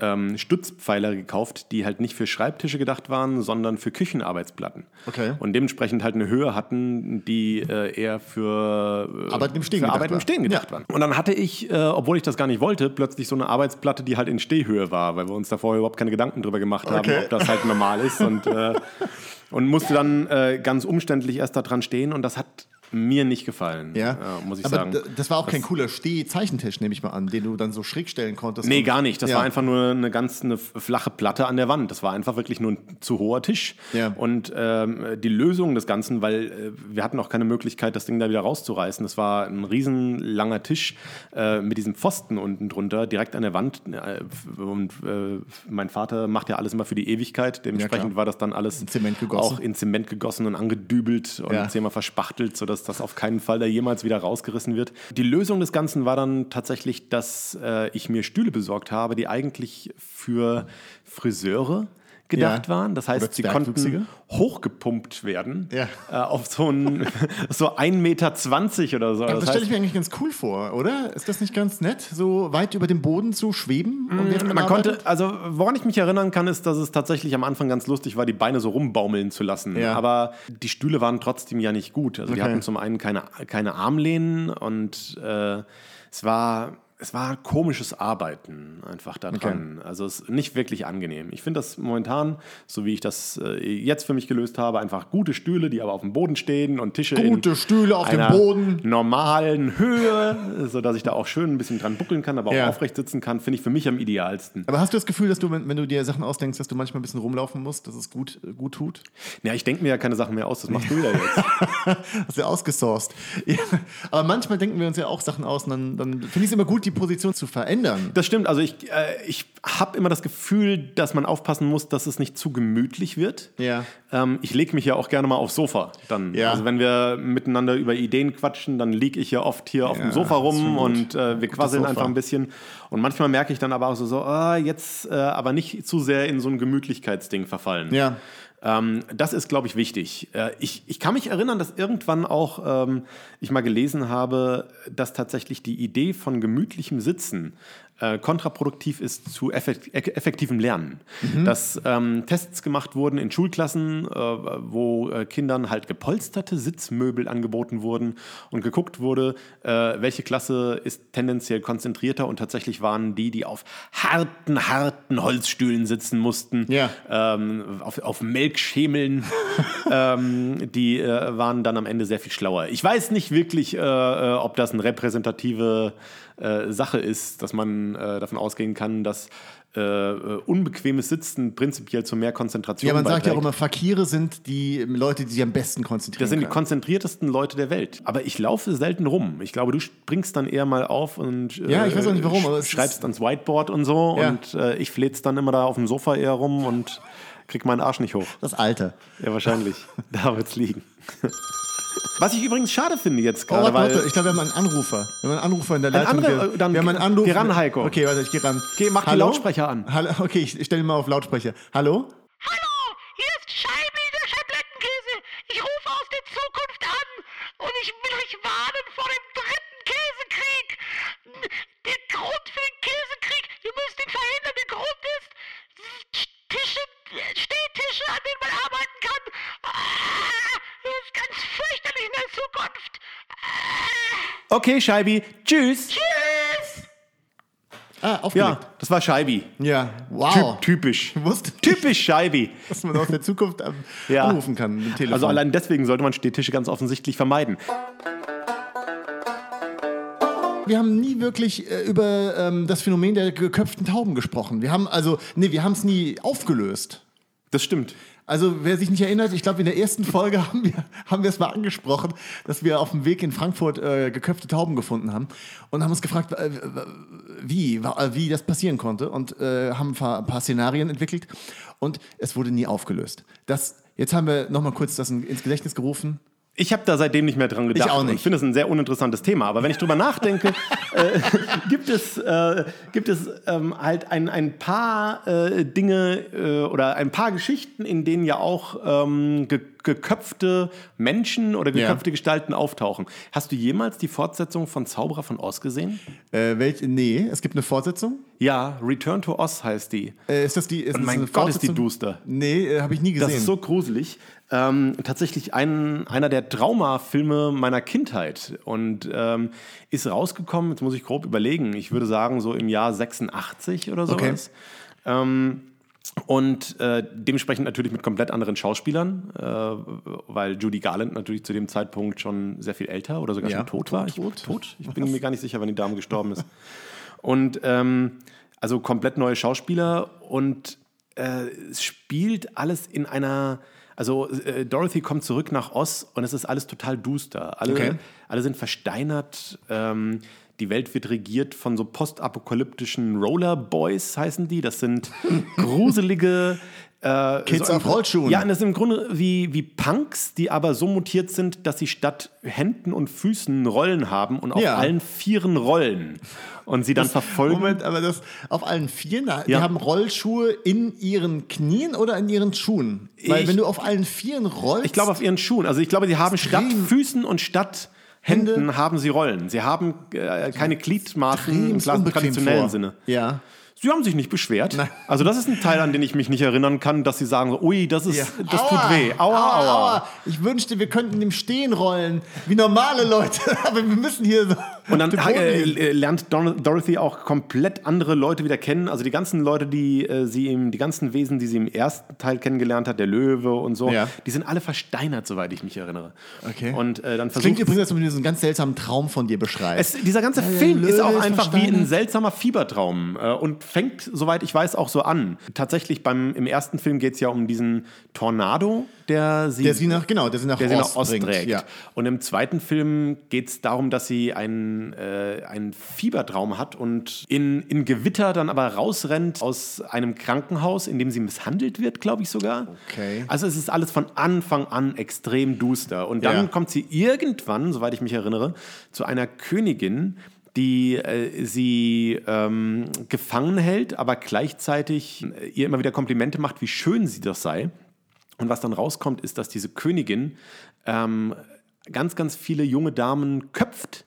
[SPEAKER 2] ähm, Stützpfeiler gekauft, die halt nicht für Schreibtische gedacht waren, sondern für Küchenarbeitsplatten.
[SPEAKER 1] Okay.
[SPEAKER 2] Und dementsprechend halt eine Höhe hatten, die äh, eher für äh,
[SPEAKER 1] Arbeiten im Stehen
[SPEAKER 2] für
[SPEAKER 1] gedacht
[SPEAKER 2] Arbeiten im
[SPEAKER 1] war.
[SPEAKER 2] Stehen gedacht waren. Und dann hatte ich, äh, obwohl ich das gar nicht wollte, plötzlich so eine Arbeitsplatte, die halt in Stehhöhe war, weil wir uns da vorher überhaupt keine Gedanken drüber gemacht haben,
[SPEAKER 1] Okay.
[SPEAKER 2] ob das halt normal ist. Und, äh, und musste dann äh, ganz umständlich erst da dran stehen und das hat mir nicht gefallen, äh, muss ich
[SPEAKER 1] Aber
[SPEAKER 2] sagen.
[SPEAKER 1] d- das war auch kein cooler Steh-Zeichentisch, nehme ich mal an, den du dann so schräg stellen konntest.
[SPEAKER 2] Nee,
[SPEAKER 1] Und-
[SPEAKER 2] gar nicht. Das
[SPEAKER 1] Ja.
[SPEAKER 2] war einfach nur eine ganz eine flache Platte an der Wand. Das war einfach wirklich nur ein zu hoher Tisch.
[SPEAKER 1] Ja.
[SPEAKER 2] Und ähm, die Lösung des Ganzen, weil äh, wir hatten auch keine Möglichkeit, das Ding da wieder rauszureißen. Das war ein riesenlanger Tisch äh, mit diesem Pfosten unten drunter, direkt an der Wand. Äh, f- und äh, mein Vater macht ja alles immer für die Ewigkeit. Dementsprechend
[SPEAKER 1] klar.
[SPEAKER 2] war das dann alles in
[SPEAKER 1] Zement gegossen.
[SPEAKER 2] auch in Zement gegossen und angedübelt und
[SPEAKER 1] Ja.
[SPEAKER 2] zehnmal verspachtelt, sodass das auf keinen Fall da jemals wieder rausgerissen wird. Die Lösung des Ganzen war dann tatsächlich, dass äh, ich mir Stühle besorgt habe, die eigentlich für Friseure gedacht
[SPEAKER 1] Ja.
[SPEAKER 2] waren. Das heißt,
[SPEAKER 1] Wird's
[SPEAKER 2] sie konnten
[SPEAKER 1] werkwüchsiger?
[SPEAKER 2] hochgepumpt werden
[SPEAKER 1] Ja.
[SPEAKER 2] äh, auf so, einen, so 1,20 Meter oder so.
[SPEAKER 1] Aber das
[SPEAKER 2] heißt,
[SPEAKER 1] stelle ich mir eigentlich ganz cool vor, oder? Ist das nicht ganz nett, so weit über dem Boden zu schweben? und während
[SPEAKER 2] Mm, Man konnte,
[SPEAKER 1] arbeitet?
[SPEAKER 2] also woran ich mich erinnern kann, ist, dass es tatsächlich am Anfang ganz lustig war, die Beine so rumbaumeln zu lassen.
[SPEAKER 1] Ja.
[SPEAKER 2] Aber die Stühle waren trotzdem ja nicht gut. Also die
[SPEAKER 1] Okay.
[SPEAKER 2] hatten zum einen keine, keine Armlehnen und äh, es war. Es war komisches Arbeiten einfach daran. Also es ist nicht wirklich angenehm. Ich finde das momentan, so wie ich das äh, jetzt für mich gelöst habe, einfach gute Stühle, die aber auf dem Boden stehen und Tische in
[SPEAKER 1] Gute Stühle auf dem
[SPEAKER 2] einer
[SPEAKER 1] Boden.
[SPEAKER 2] normalen Höhe, sodass ich da auch schön ein bisschen dran buckeln kann, aber auch
[SPEAKER 1] Ja.
[SPEAKER 2] aufrecht sitzen kann, finde ich für mich am idealsten.
[SPEAKER 1] Aber hast du das Gefühl, dass du, wenn, wenn du dir Sachen ausdenkst, dass du manchmal ein bisschen rumlaufen musst, dass es gut, gut tut?
[SPEAKER 2] Ja, ich denke mir ja keine Sachen mehr aus, das machst du ja jetzt.
[SPEAKER 1] Hast du ja ausgesourced. Ja. Aber manchmal denken wir uns ja auch Sachen aus und dann, dann finde ich es immer gut, die Position zu verändern.
[SPEAKER 2] Das stimmt, also ich, äh, ich habe immer das Gefühl, dass man aufpassen muss, dass es nicht zu gemütlich wird.
[SPEAKER 1] Ja.
[SPEAKER 2] Ähm, ich lege mich ja auch gerne mal aufs Sofa dann.
[SPEAKER 1] Ja.
[SPEAKER 2] Also wenn wir miteinander über Ideen quatschen, dann liege ich ja oft hier auf dem Sofa rum und äh, wir quasseln
[SPEAKER 1] Sofa.
[SPEAKER 2] einfach ein bisschen. Und manchmal merke ich dann aber auch so, so ah, jetzt äh, aber nicht zu sehr in so ein Gemütlichkeitsding verfallen.
[SPEAKER 1] Ja.
[SPEAKER 2] Ähm, das ist, glaube ich, wichtig. Äh, ich, ich kann mich erinnern, dass irgendwann auch ähm, ich mal gelesen habe, dass tatsächlich die Idee von gemütlichem Sitzen äh, kontraproduktiv ist zu effekt, eff- effektivem Lernen. Dass ähm, Tests gemacht wurden in Schulklassen, äh, wo äh, Kindern halt gepolsterte Sitzmöbel angeboten wurden und geguckt wurde, äh, welche Klasse ist tendenziell konzentrierter und tatsächlich waren die, die auf harten, harten Holzstühlen sitzen mussten
[SPEAKER 1] Ja.
[SPEAKER 2] ähm, auf, auf Melkschemeln, ähm, die äh, waren dann am Ende sehr viel schlauer. Ich weiß nicht wirklich, äh, äh, ob das eine repräsentative äh, Sache ist, dass man äh, davon ausgehen kann, dass äh, äh, unbequemes Sitzen prinzipiell zu mehr Konzentration
[SPEAKER 1] Ja, man sagt ja auch
[SPEAKER 2] beiträgt.
[SPEAKER 1] immer, Fakire sind die ähm, Leute, die sich am besten konzentrieren.
[SPEAKER 2] Das sind die
[SPEAKER 1] können.
[SPEAKER 2] konzentriertesten Leute der Welt. Aber ich laufe selten rum. Ich glaube, du springst dann eher mal auf und äh,
[SPEAKER 1] Ja, ich weiß auch nicht warum, aber es
[SPEAKER 2] schreibst
[SPEAKER 1] ist-
[SPEAKER 2] ans Whiteboard und so.
[SPEAKER 1] Ja.
[SPEAKER 2] Und äh, ich flitz dann immer da auf dem Sofa eher rum und krieg meinen Arsch nicht hoch.
[SPEAKER 1] das Alter.
[SPEAKER 2] Ja, wahrscheinlich. da wird's liegen. Was ich übrigens schade finde jetzt
[SPEAKER 1] Oh, warte,
[SPEAKER 2] gerade, weil.
[SPEAKER 1] warte, ich glaube, wir haben einen Anrufer. Wir haben einen Anrufer in der Leitung.
[SPEAKER 2] anderer-
[SPEAKER 1] wir,
[SPEAKER 2] dann
[SPEAKER 1] wir haben einen Anruf.
[SPEAKER 2] geh ran, Heiko.
[SPEAKER 1] Okay, warte, ich geh ran.
[SPEAKER 2] Geh, mach die Lautsprecher an.
[SPEAKER 1] Hallo, okay, ich, ich stelle mal auf Lautsprecher. Hallo?
[SPEAKER 4] Hallo, hier ist Scheibenige Schablettenkäse. Ich rufe aus der Zukunft an und ich will euch warnen vor dem dritten Käsekrieg. Der Grund für den Käsekrieg, ihr müsst ihn verhindern, der Grund ist Tische, Stehtische, an denen man arbeiten kann. Ah, Das ist ganz fürchterlich in der Zukunft. Ah,
[SPEAKER 2] Okay, Scheibi. Tschüss.
[SPEAKER 4] Tschüss!
[SPEAKER 1] Ah, aufgelegt.
[SPEAKER 2] Ja, das war Scheibi.
[SPEAKER 1] Ja, wow.
[SPEAKER 2] Typ, typisch.
[SPEAKER 1] Ich wusste nicht,
[SPEAKER 2] Typisch Scheibi.
[SPEAKER 1] dass man aus der Zukunft ähm,
[SPEAKER 2] Ja.
[SPEAKER 1] anrufen kann mit dem Telefon.
[SPEAKER 2] Also allein deswegen sollte man Stehtische ganz offensichtlich vermeiden.
[SPEAKER 1] Wir haben nie wirklich äh, über ähm, das Phänomen der geköpften Tauben gesprochen. Wir haben also, nee, wir haben es nie aufgelöst.
[SPEAKER 2] Das stimmt.
[SPEAKER 1] Also wer sich nicht erinnert, ich glaube in der ersten Folge haben wir haben wir es mal angesprochen, dass wir auf dem Weg in Frankfurt äh, geköpfte Tauben gefunden haben und haben uns gefragt, äh, wie wa- äh, wie das passieren konnte und äh, haben ein paar, ein paar Szenarien entwickelt und es wurde nie aufgelöst. Das jetzt haben wir noch mal kurz das in- ins Gedächtnis gerufen.
[SPEAKER 2] Ich habe da seitdem nicht mehr dran gedacht.
[SPEAKER 1] auch nicht.
[SPEAKER 2] Und Ich finde es ein sehr uninteressantes Thema. Aber wenn ich drüber nachdenke, äh, gibt es, äh, gibt es ähm, halt ein, ein paar äh, Dinge äh, oder ein paar Geschichten, in denen ja auch ähm, ge geköpfte Menschen oder geköpfte Gestalten auftauchen. Hast du jemals die Fortsetzung von Zauberer von Oz gesehen?
[SPEAKER 1] Äh, welch, nee, es gibt eine Fortsetzung.
[SPEAKER 2] Ja, Return to Oz heißt die.
[SPEAKER 1] Äh, ist das die? Ist das
[SPEAKER 2] mein
[SPEAKER 1] eine
[SPEAKER 2] Gott, ist die
[SPEAKER 1] Fortsetzung?
[SPEAKER 2] duster.
[SPEAKER 1] Nee, äh, habe ich nie gesehen.
[SPEAKER 2] Das ist so gruselig. Ähm, tatsächlich ein, einer der Traumafilme meiner Kindheit und ähm, ist rausgekommen, jetzt muss ich grob überlegen, ich würde sagen so im Jahr 86 oder sowas. Ähm,
[SPEAKER 1] Okay.
[SPEAKER 2] Und äh, dementsprechend natürlich mit komplett anderen Schauspielern, äh, weil Judy Garland natürlich zu dem Zeitpunkt schon sehr viel älter oder sogar
[SPEAKER 1] Ja,
[SPEAKER 2] schon tot
[SPEAKER 1] tot,
[SPEAKER 2] war.
[SPEAKER 1] tot.
[SPEAKER 2] Ich, tot? ich bin mir gar nicht sicher, wann die Dame gestorben ist. Und ähm, also komplett neue Schauspieler und äh, es spielt alles in einer. Also äh, Dorothy kommt zurück nach Oz und es ist alles total duster. Alle,
[SPEAKER 1] Okay.
[SPEAKER 2] alle sind versteinert. Ähm, Die Welt wird regiert von so postapokalyptischen Rollerboys, heißen die. Das sind gruselige. Äh,
[SPEAKER 1] Kids auf
[SPEAKER 2] im-
[SPEAKER 1] Rollschuhen.
[SPEAKER 2] Ja, und das sind im Grunde wie, wie Punks, die aber so mutiert sind, dass sie statt Händen und Füßen Rollen haben und auf
[SPEAKER 1] Ja.
[SPEAKER 2] allen Vieren rollen. Und sie dann verfolgen.
[SPEAKER 1] Moment, aber das auf allen Vieren, na, die
[SPEAKER 2] Mhm. Ja.
[SPEAKER 1] haben Rollschuhe in ihren Knien oder in ihren Schuhen? Weil
[SPEAKER 2] Ich-
[SPEAKER 1] wenn du auf allen Vieren rollst,
[SPEAKER 2] Ich glaube auf ihren Schuhen. Also ich glaube, sie haben statt
[SPEAKER 1] Extrem.
[SPEAKER 2] Füßen und statt
[SPEAKER 1] Hände.
[SPEAKER 2] Händen haben sie Rollen. Sie haben äh, keine Gliedmaßen im
[SPEAKER 1] extremst
[SPEAKER 2] klassischen
[SPEAKER 1] unbequem
[SPEAKER 2] traditionellen
[SPEAKER 1] vor.
[SPEAKER 2] Sinne.
[SPEAKER 1] Ja.
[SPEAKER 2] Sie haben sich nicht beschwert.
[SPEAKER 1] Nein.
[SPEAKER 2] Also das ist ein Teil, an den ich mich nicht erinnern kann, dass sie sagen, so, ui, das ist, das tut weh. Aua, aua.
[SPEAKER 1] Ich wünschte, wir könnten im Stehen rollen, wie normale Leute. Aber wir müssen hier so.
[SPEAKER 2] Und dann
[SPEAKER 1] auf dem Boden
[SPEAKER 2] äh,
[SPEAKER 1] liegen.
[SPEAKER 2] äh, lernt Don Dorothy auch komplett andere Leute wieder kennen. Also die ganzen Leute, die äh, sie im, die ganzen Wesen, die sie im ersten Teil kennengelernt hat, der Löwe und so,
[SPEAKER 1] Ja.
[SPEAKER 2] die sind alle versteinert, soweit ich mich erinnere.
[SPEAKER 1] Okay.
[SPEAKER 2] Und äh, dann
[SPEAKER 1] Das klingt
[SPEAKER 2] versucht
[SPEAKER 1] übrigens, als wenn du so einen ganz seltsamen Traum von dir beschreibst.
[SPEAKER 2] Es, dieser ganze
[SPEAKER 1] Ja, ja,
[SPEAKER 2] Film ist
[SPEAKER 1] Löwe
[SPEAKER 2] auch
[SPEAKER 1] ist
[SPEAKER 2] einfach wie ein
[SPEAKER 1] versteinert.
[SPEAKER 2] seltsamer Fiebertraum äh, und fängt, soweit ich weiß, auch so an. Tatsächlich beim, im ersten Film geht es ja um diesen Tornado, der sie,
[SPEAKER 1] der sie nach, genau, der sie nach,
[SPEAKER 2] der sie nach Ost
[SPEAKER 1] bringt.
[SPEAKER 2] trägt.
[SPEAKER 1] Ja.
[SPEAKER 2] Und im zweiten Film geht es darum, dass sie einen, äh, einen Fiebertraum hat und in, in Gewitter dann aber rausrennt aus einem Krankenhaus, in dem sie misshandelt wird, glaube ich sogar.
[SPEAKER 1] Okay.
[SPEAKER 2] Also es ist alles von Anfang an extrem duster. Und dann
[SPEAKER 1] Ja.
[SPEAKER 2] kommt sie irgendwann, soweit ich mich erinnere, zu einer Königin, die äh, sie ähm, gefangen hält, aber gleichzeitig äh, ihr immer wieder Komplimente macht, wie schön sie das sei. Und was dann rauskommt, ist, dass diese Königin ähm, ganz, ganz viele junge Damen köpft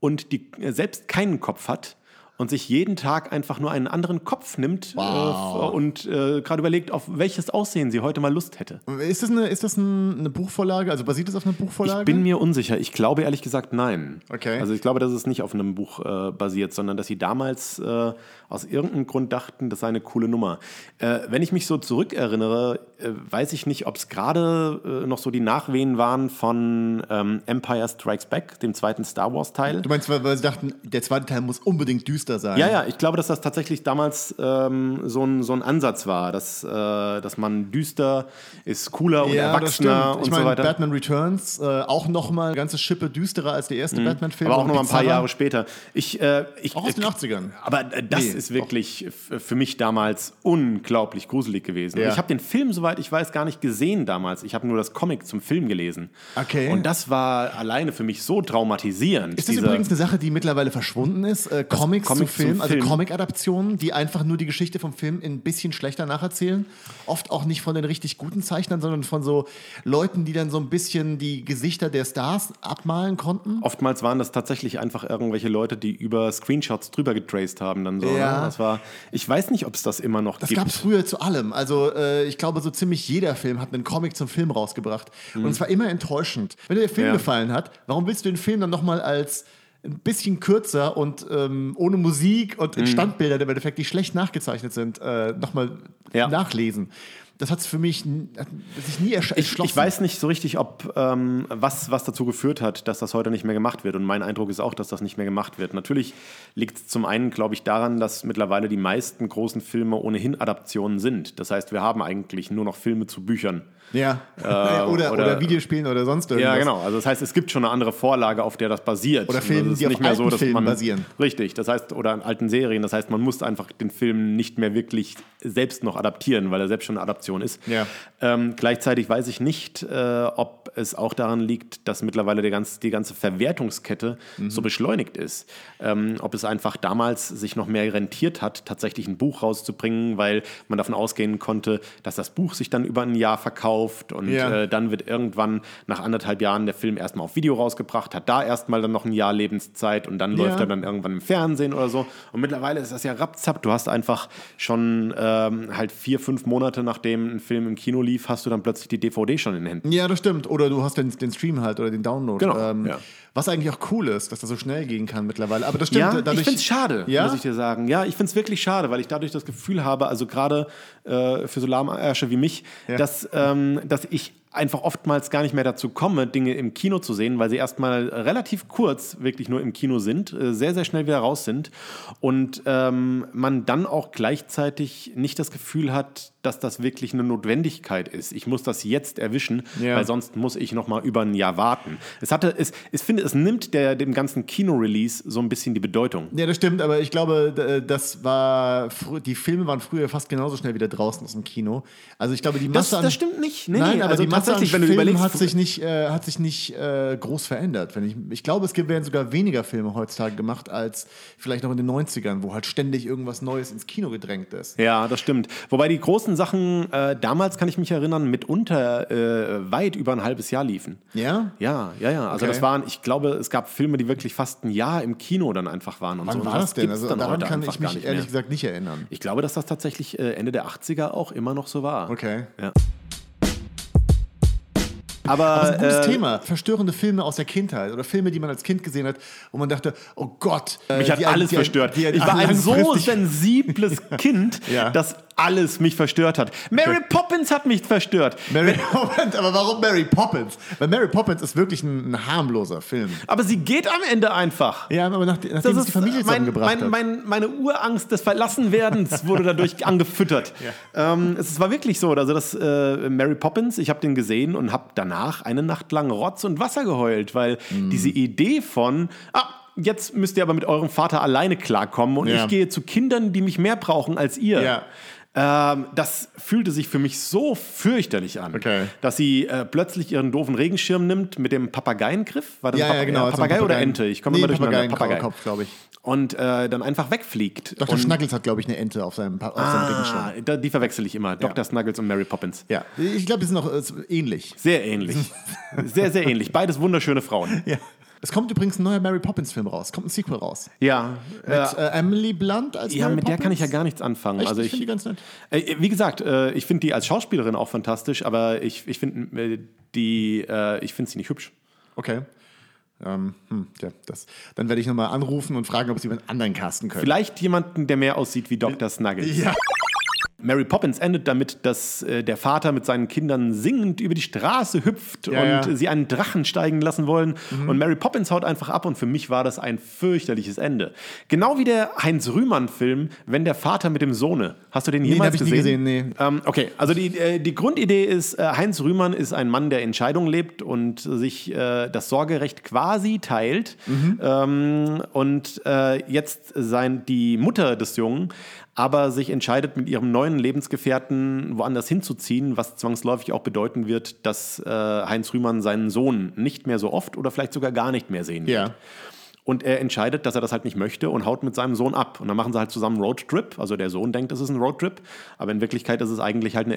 [SPEAKER 2] und die äh, selbst keinen Kopf hat und sich jeden Tag einfach nur einen anderen Kopf nimmt äh, und äh, gerade überlegt, auf welches Aussehen sie heute mal Lust hätte.
[SPEAKER 1] Ist das, eine, ist das ein, eine Buchvorlage? Also basiert das auf einer Buchvorlage?
[SPEAKER 2] Ich bin mir unsicher. Ich glaube ehrlich gesagt, nein.
[SPEAKER 1] Okay.
[SPEAKER 2] Also ich glaube, dass es nicht auf einem Buch äh, basiert, sondern dass sie damals äh, aus irgendeinem Grund dachten, das sei eine coole Nummer. Äh, wenn ich mich so zurückerinnere, äh, weiß ich nicht, ob es gerade äh, noch so die Nachwehen waren von ähm, Empire Strikes Back, dem zweiten Star Wars-Teil.
[SPEAKER 1] du meinst, weil, weil sie dachten, der zweite Teil muss unbedingt düster sein.
[SPEAKER 2] Ja, ja, ich glaube, dass das tatsächlich damals ähm, so, ein, so ein Ansatz war, dass, äh, dass man düster ist, cooler und
[SPEAKER 1] Ja, das stimmt.
[SPEAKER 2] erwachsener und
[SPEAKER 1] ich meine,
[SPEAKER 2] so weiter.
[SPEAKER 1] Batman Returns, äh, auch nochmal eine ganze Schippe düsterer als der erste Batman-Film.
[SPEAKER 2] Mhm. Aber auch
[SPEAKER 1] und
[SPEAKER 2] noch mal ein paar
[SPEAKER 1] bizarrer.
[SPEAKER 2] Jahre später. Ich, äh, ich,
[SPEAKER 1] Auch aus den 80ern.
[SPEAKER 2] Aber äh, das
[SPEAKER 1] Nee,
[SPEAKER 2] ist wirklich f- für mich damals unglaublich gruselig gewesen. Und
[SPEAKER 1] Ja.
[SPEAKER 2] Ich habe den Film, soweit ich weiß, gar nicht gesehen damals. Ich habe nur das Comic zum Film gelesen.
[SPEAKER 1] Okay.
[SPEAKER 2] Und das war alleine für mich so traumatisierend.
[SPEAKER 1] Ist das
[SPEAKER 2] dieser-
[SPEAKER 1] übrigens eine Sache, die mittlerweile verschwunden ist? Äh, Comics
[SPEAKER 2] Comic
[SPEAKER 1] zu
[SPEAKER 2] zum
[SPEAKER 1] Film, also
[SPEAKER 2] Film.
[SPEAKER 1] Comic-Adaptionen, die einfach nur die Geschichte vom Film ein bisschen schlechter nacherzählen. Oft auch nicht von den richtig guten Zeichnern, sondern von so Leuten, die dann so ein bisschen die Gesichter der Stars abmalen konnten.
[SPEAKER 2] Oftmals waren das tatsächlich einfach irgendwelche Leute, die über Screenshots drüber getraced haben. Dann so,
[SPEAKER 1] Ja.
[SPEAKER 2] ne? das war, ich weiß nicht, ob es das immer noch
[SPEAKER 1] Das
[SPEAKER 2] gibt.
[SPEAKER 1] gab es früher zu allem. Also äh, ich glaube, so ziemlich jeder Film hat einen Comic zum Film rausgebracht. Und es war immer enttäuschend. Wenn dir der Film
[SPEAKER 2] Mhm. Ja.
[SPEAKER 1] gefallen hat, warum willst du den Film dann nochmal als ein bisschen kürzer und ähm, ohne Musik und
[SPEAKER 2] Mhm.
[SPEAKER 1] in Standbildern im Endeffekt, die schlecht nachgezeichnet sind, äh, nochmal
[SPEAKER 2] Ja.
[SPEAKER 1] nachlesen? Das hat es für mich n- hat sich nie ersch
[SPEAKER 2] Ich,
[SPEAKER 1] erschlossen.
[SPEAKER 2] ich weiß nicht so richtig, ob ähm, was, was dazu geführt hat, dass das heute nicht mehr gemacht wird. Und mein Eindruck ist auch, dass das nicht mehr gemacht wird. Natürlich liegt es zum einen, glaube ich, daran, dass mittlerweile die meisten großen Filme ohnehin Adaptionen sind. Das heißt, wir haben eigentlich nur noch Filme zu Büchern.
[SPEAKER 1] Ja. oder, oder,
[SPEAKER 2] oder-
[SPEAKER 1] Videospielen oder sonst irgendwas.
[SPEAKER 2] Ja, genau. Also das heißt, es gibt schon eine andere Vorlage, auf der das basiert.
[SPEAKER 1] Oder
[SPEAKER 2] Also
[SPEAKER 1] Filme,
[SPEAKER 2] es ist
[SPEAKER 1] die auf
[SPEAKER 2] nicht mehr so,
[SPEAKER 1] alten
[SPEAKER 2] dass
[SPEAKER 1] Filmen
[SPEAKER 2] man,
[SPEAKER 1] basieren.
[SPEAKER 2] Richtig, das heißt, oder in alten Serien. Das heißt, man muss einfach den Film nicht mehr wirklich selbst noch adaptieren, weil er selbst schon eine Adaption ist.
[SPEAKER 1] Ja.
[SPEAKER 2] Ähm, gleichzeitig weiß ich nicht, äh, ob es auch daran liegt, dass mittlerweile die ganze, die ganze Verwertungskette so beschleunigt ist. Ähm, ob es einfach damals sich noch mehr rentiert hat, tatsächlich ein Buch rauszubringen, weil man davon ausgehen konnte, dass das Buch sich dann über ein Jahr verkauft und
[SPEAKER 1] Ja.
[SPEAKER 2] äh, dann wird irgendwann nach anderthalb Jahren der Film erstmal auf Video rausgebracht, hat da erstmal dann noch ein Jahr Lebenszeit und dann läuft er dann irgendwann im Fernsehen oder so. Und mittlerweile ist das ja rapzapp. Du hast einfach schon ähm, halt vier, fünf Monate nachdem ein Film im Kino lief, hast du dann plötzlich die DVD schon in den Händen.
[SPEAKER 1] Ja, das stimmt. Oder du hast den, den Stream halt oder den Download.
[SPEAKER 2] Genau, ja.
[SPEAKER 1] Was eigentlich auch cool ist, dass das so schnell gehen kann mittlerweile. Aber das stimmt.
[SPEAKER 2] ja,
[SPEAKER 1] dadurch,
[SPEAKER 2] ich finde es schade,
[SPEAKER 1] Ja?
[SPEAKER 2] muss ich dir sagen. Ja, ich finde es wirklich schade, weil ich dadurch das Gefühl habe, also gerade äh, für so Lahmärsche wie mich, dass, ähm, dass ich einfach oftmals gar nicht mehr dazu komme, Dinge im Kino zu sehen, weil sie erstmal relativ kurz wirklich nur im Kino sind, äh, sehr, sehr schnell wieder raus sind und ähm, man dann auch gleichzeitig nicht das Gefühl hat, dass das wirklich eine Notwendigkeit ist. Ich muss das jetzt erwischen,
[SPEAKER 1] Ja.
[SPEAKER 2] weil sonst muss ich noch mal über ein Jahr warten. Es hatte, es, ich finde, es nimmt der, dem ganzen Kino-Release so ein bisschen die Bedeutung.
[SPEAKER 1] Ja, das stimmt, aber ich glaube, d- das war frü- die Filme waren früher fast genauso schnell wieder draußen aus dem Kino. Also ich glaube, die
[SPEAKER 2] Das-
[SPEAKER 1] Masse an,
[SPEAKER 2] das stimmt nicht. Nee,
[SPEAKER 1] nein,
[SPEAKER 2] nee,
[SPEAKER 1] aber
[SPEAKER 2] also
[SPEAKER 1] die Masse an
[SPEAKER 2] tatsächlich, wenn du
[SPEAKER 1] Filmen
[SPEAKER 2] überlegst,
[SPEAKER 1] hat sich nicht, äh, hat sich nicht äh, groß verändert. Wenn ich, ich glaube, es gibt- werden sogar weniger Filme heutzutage gemacht als vielleicht noch in den 90ern, wo halt ständig irgendwas Neues ins Kino gedrängt ist.
[SPEAKER 2] Ja, das stimmt. Wobei die großen Sachen äh, damals, kann ich mich erinnern, mitunter äh, weit über ein halbes Jahr liefen.
[SPEAKER 1] Ja?
[SPEAKER 2] Ja, ja, ja. Also
[SPEAKER 1] Okay.
[SPEAKER 2] das waren, ich glaube, es gab Filme, die wirklich fast ein Jahr im Kino dann einfach waren. Und
[SPEAKER 1] Wann
[SPEAKER 2] so. Und
[SPEAKER 1] war das denn?
[SPEAKER 2] gibt's
[SPEAKER 1] Also
[SPEAKER 2] dann
[SPEAKER 1] daran
[SPEAKER 2] heute
[SPEAKER 1] kann
[SPEAKER 2] einfach
[SPEAKER 1] ich
[SPEAKER 2] gar
[SPEAKER 1] mich
[SPEAKER 2] nicht
[SPEAKER 1] ehrlich
[SPEAKER 2] mehr.
[SPEAKER 1] gesagt nicht erinnern.
[SPEAKER 2] Ich glaube, dass das tatsächlich äh, Ende der 80er auch immer noch so war.
[SPEAKER 1] Okay.
[SPEAKER 2] Ja. Aber,
[SPEAKER 1] Das ist ein gutes
[SPEAKER 2] äh,
[SPEAKER 1] Thema. Verstörende Filme aus der Kindheit oder Filme, die man als Kind gesehen hat, wo man dachte, oh Gott. äh,
[SPEAKER 2] Mich hat
[SPEAKER 1] die-
[SPEAKER 2] alles
[SPEAKER 1] die-
[SPEAKER 2] verstört.
[SPEAKER 1] die-
[SPEAKER 2] ich war ein so
[SPEAKER 1] langfristig-
[SPEAKER 2] sensibles Kind,
[SPEAKER 1] Ja.
[SPEAKER 2] dass alles mich verstört hat. Mary Poppins hat mich verstört.
[SPEAKER 1] Mary Poppins, aber warum Mary Poppins? Weil Mary Poppins ist wirklich ein, ein harmloser Film.
[SPEAKER 2] Aber sie geht am Ende einfach.
[SPEAKER 1] Ja, aber nach, nachdem
[SPEAKER 2] Das
[SPEAKER 1] es
[SPEAKER 2] ist
[SPEAKER 1] die Familie
[SPEAKER 2] mein,
[SPEAKER 1] zusammengebracht
[SPEAKER 2] mein, mein, meine Urangst des Verlassenwerdens wurde dadurch angefüttert. Ähm, es war wirklich so, also das äh, Mary Poppins, ich habe den gesehen und habe danach eine Nacht lang Rotz und Wasser geheult, weil
[SPEAKER 1] Mm.
[SPEAKER 2] diese Idee von, ah, jetzt müsst ihr aber mit eurem Vater alleine klarkommen und
[SPEAKER 1] Ja.
[SPEAKER 2] ich gehe zu Kindern, die mich mehr brauchen als ihr.
[SPEAKER 1] Ja.
[SPEAKER 2] Ähm, das fühlte sich für mich so fürchterlich an,
[SPEAKER 1] Okay.
[SPEAKER 2] dass sie äh, plötzlich ihren doofen Regenschirm nimmt mit dem Papageiengriff. War das
[SPEAKER 1] hat.
[SPEAKER 2] genau, ein Papa-
[SPEAKER 1] also
[SPEAKER 2] Papagei,
[SPEAKER 1] ein
[SPEAKER 2] oder Ente? Ich komme
[SPEAKER 1] nee,
[SPEAKER 2] immer durch
[SPEAKER 1] Papagei,
[SPEAKER 2] Papagei
[SPEAKER 1] Kopf, glaube ich.
[SPEAKER 2] und äh, dann einfach wegfliegt.
[SPEAKER 1] Dr.
[SPEAKER 2] und,
[SPEAKER 1] Schnuggles hat, glaube ich, eine Ente auf seinem, pa- auf seinem dicken Schwanz.
[SPEAKER 2] ah, da, die verwechsel ich immer. Dr. Snuggles und Mary Poppins.
[SPEAKER 1] Ja, ich glaube, die sind auch äh, so ähnlich.
[SPEAKER 2] Sehr ähnlich. sehr, sehr ähnlich. Beides wunderschöne Frauen.
[SPEAKER 1] Ja. Es kommt übrigens ein neuer Mary Poppins-Film raus. Es kommt ein Sequel raus.
[SPEAKER 2] Ja.
[SPEAKER 1] Mit äh, Emily Blunt als
[SPEAKER 2] äh, ja,
[SPEAKER 1] Mary
[SPEAKER 2] mit der kann ich ja
[SPEAKER 1] Poppins.
[SPEAKER 2] gar nichts anfangen.
[SPEAKER 1] Echt?
[SPEAKER 2] Also
[SPEAKER 1] ich
[SPEAKER 2] ich,
[SPEAKER 1] finde die ganz nett.
[SPEAKER 2] äh, wie gesagt, äh, ich finde die als Schauspielerin auch fantastisch, aber ich, ich finde äh, die, äh, ich finde sie nicht hübsch.
[SPEAKER 1] Okay. Ähm, hm, ja, das. Dann werde ich nochmal anrufen und fragen, ob sie jemand anderen casten können.
[SPEAKER 2] Vielleicht jemanden, der mehr aussieht wie Dr. Snuggles.
[SPEAKER 1] Ja.
[SPEAKER 2] Mary Poppins endet damit, dass äh, der Vater mit seinen Kindern singend über die Straße hüpft
[SPEAKER 1] Ja,
[SPEAKER 2] und
[SPEAKER 1] ja. Mhm.
[SPEAKER 2] äh, sie einen Drachen steigen lassen wollen. Und Mary Poppins haut einfach ab und für mich war das ein fürchterliches Ende. Genau wie der Heinz Rühmann-Film, wenn der Vater mit dem Sohne. Hast du den jemals
[SPEAKER 1] den hab ich nie
[SPEAKER 2] gesehen?
[SPEAKER 1] gesehen, nee.
[SPEAKER 2] Ähm, okay, also die, äh, die Grundidee ist, äh, Heinz Rühmann ist ein Mann, der in Scheidung lebt und sich äh, das Sorgerecht quasi teilt.
[SPEAKER 1] Mhm.
[SPEAKER 2] Ähm, und äh, jetzt sein, die Mutter des Jungen aber sich entscheidet, mit ihrem neuen Lebensgefährten woanders hinzuziehen, was zwangsläufig auch bedeuten wird, dass äh, Heinz Rühmann seinen Sohn nicht mehr so oft oder vielleicht sogar gar nicht mehr sehen wird.
[SPEAKER 1] Ja.
[SPEAKER 2] Und er entscheidet, dass er das halt nicht möchte und haut mit seinem Sohn ab. Und dann machen sie halt zusammen einen Roadtrip. Also der Sohn denkt, es ist ein Roadtrip, aber in Wirklichkeit ist es eigentlich halt eine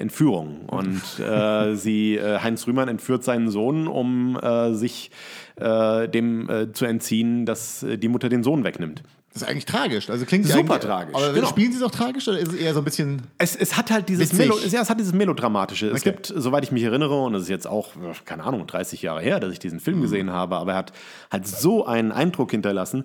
[SPEAKER 2] Entführung. Und äh, sie, äh, Heinz Rühmann entführt seinen Sohn, um äh, sich äh, dem äh, zu entziehen, dass äh, die Mutter den Sohn wegnimmt.
[SPEAKER 1] Das ist eigentlich tragisch. Also klingt ja
[SPEAKER 2] Super
[SPEAKER 1] eigentlich-
[SPEAKER 2] tragisch,
[SPEAKER 1] Aber
[SPEAKER 2] genau.
[SPEAKER 1] spielen sie es auch tragisch oder ist es eher so ein bisschen.
[SPEAKER 2] Es, es hat halt dieses,
[SPEAKER 1] Witzig.
[SPEAKER 2] Melo, ja, es hat dieses Melodramatische. Es
[SPEAKER 1] Okay.
[SPEAKER 2] gibt, soweit ich mich erinnere, und es ist jetzt auch, äh, keine Ahnung, 30 Jahre her, dass ich diesen
[SPEAKER 1] Mhm.
[SPEAKER 2] Film gesehen habe, aber er hat halt so einen Eindruck hinterlassen.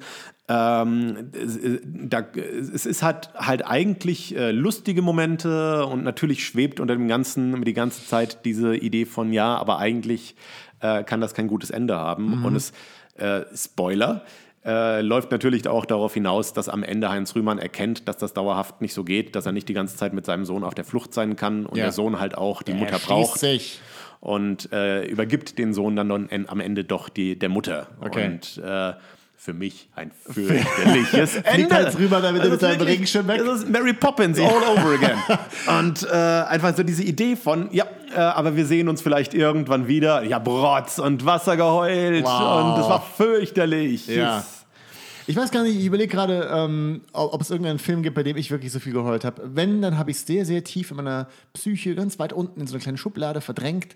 [SPEAKER 2] Ähm, es, äh, da, es ist halt, halt eigentlich äh, lustige Momente und natürlich schwebt unter dem Ganzen die ganze Zeit diese Idee von, ja, aber eigentlich äh, kann das kein gutes Ende haben. Und es, äh, Spoiler, äh, läuft natürlich auch darauf hinaus, dass am Ende Heinz Rühmann erkennt, dass das dauerhaft nicht so geht, dass er nicht die ganze Zeit mit seinem Sohn auf der Flucht sein kann und
[SPEAKER 1] Ja.
[SPEAKER 2] der Sohn halt auch die Mutter
[SPEAKER 1] Er schießt
[SPEAKER 2] braucht
[SPEAKER 1] Sich.
[SPEAKER 2] und äh, übergibt den Sohn dann non- en- am Ende doch die, der Mutter.
[SPEAKER 1] Okay.
[SPEAKER 2] Und äh, für mich ein fürchterliches Ende.
[SPEAKER 1] Heinz Rühmann damit
[SPEAKER 2] Also
[SPEAKER 1] mit seinem
[SPEAKER 2] wirklich,
[SPEAKER 1] Regenschirm weg?
[SPEAKER 2] Das ist Mary Poppins all over again. Und äh, einfach so diese Idee von, ja, äh, aber wir sehen uns vielleicht irgendwann wieder. Ich habe Rotz und Wasser geheult
[SPEAKER 1] Wow.
[SPEAKER 2] und es war fürchterlich.
[SPEAKER 1] Ja.
[SPEAKER 2] Es-
[SPEAKER 1] Ich weiß gar nicht, ich überlege gerade, ähm, ob ob es irgendeinen Film gibt, bei dem ich wirklich so viel geheult habe. Wenn, dann habe ich es sehr, sehr tief in meiner Psyche, ganz weit unten in so eine kleine Schublade verdrängt.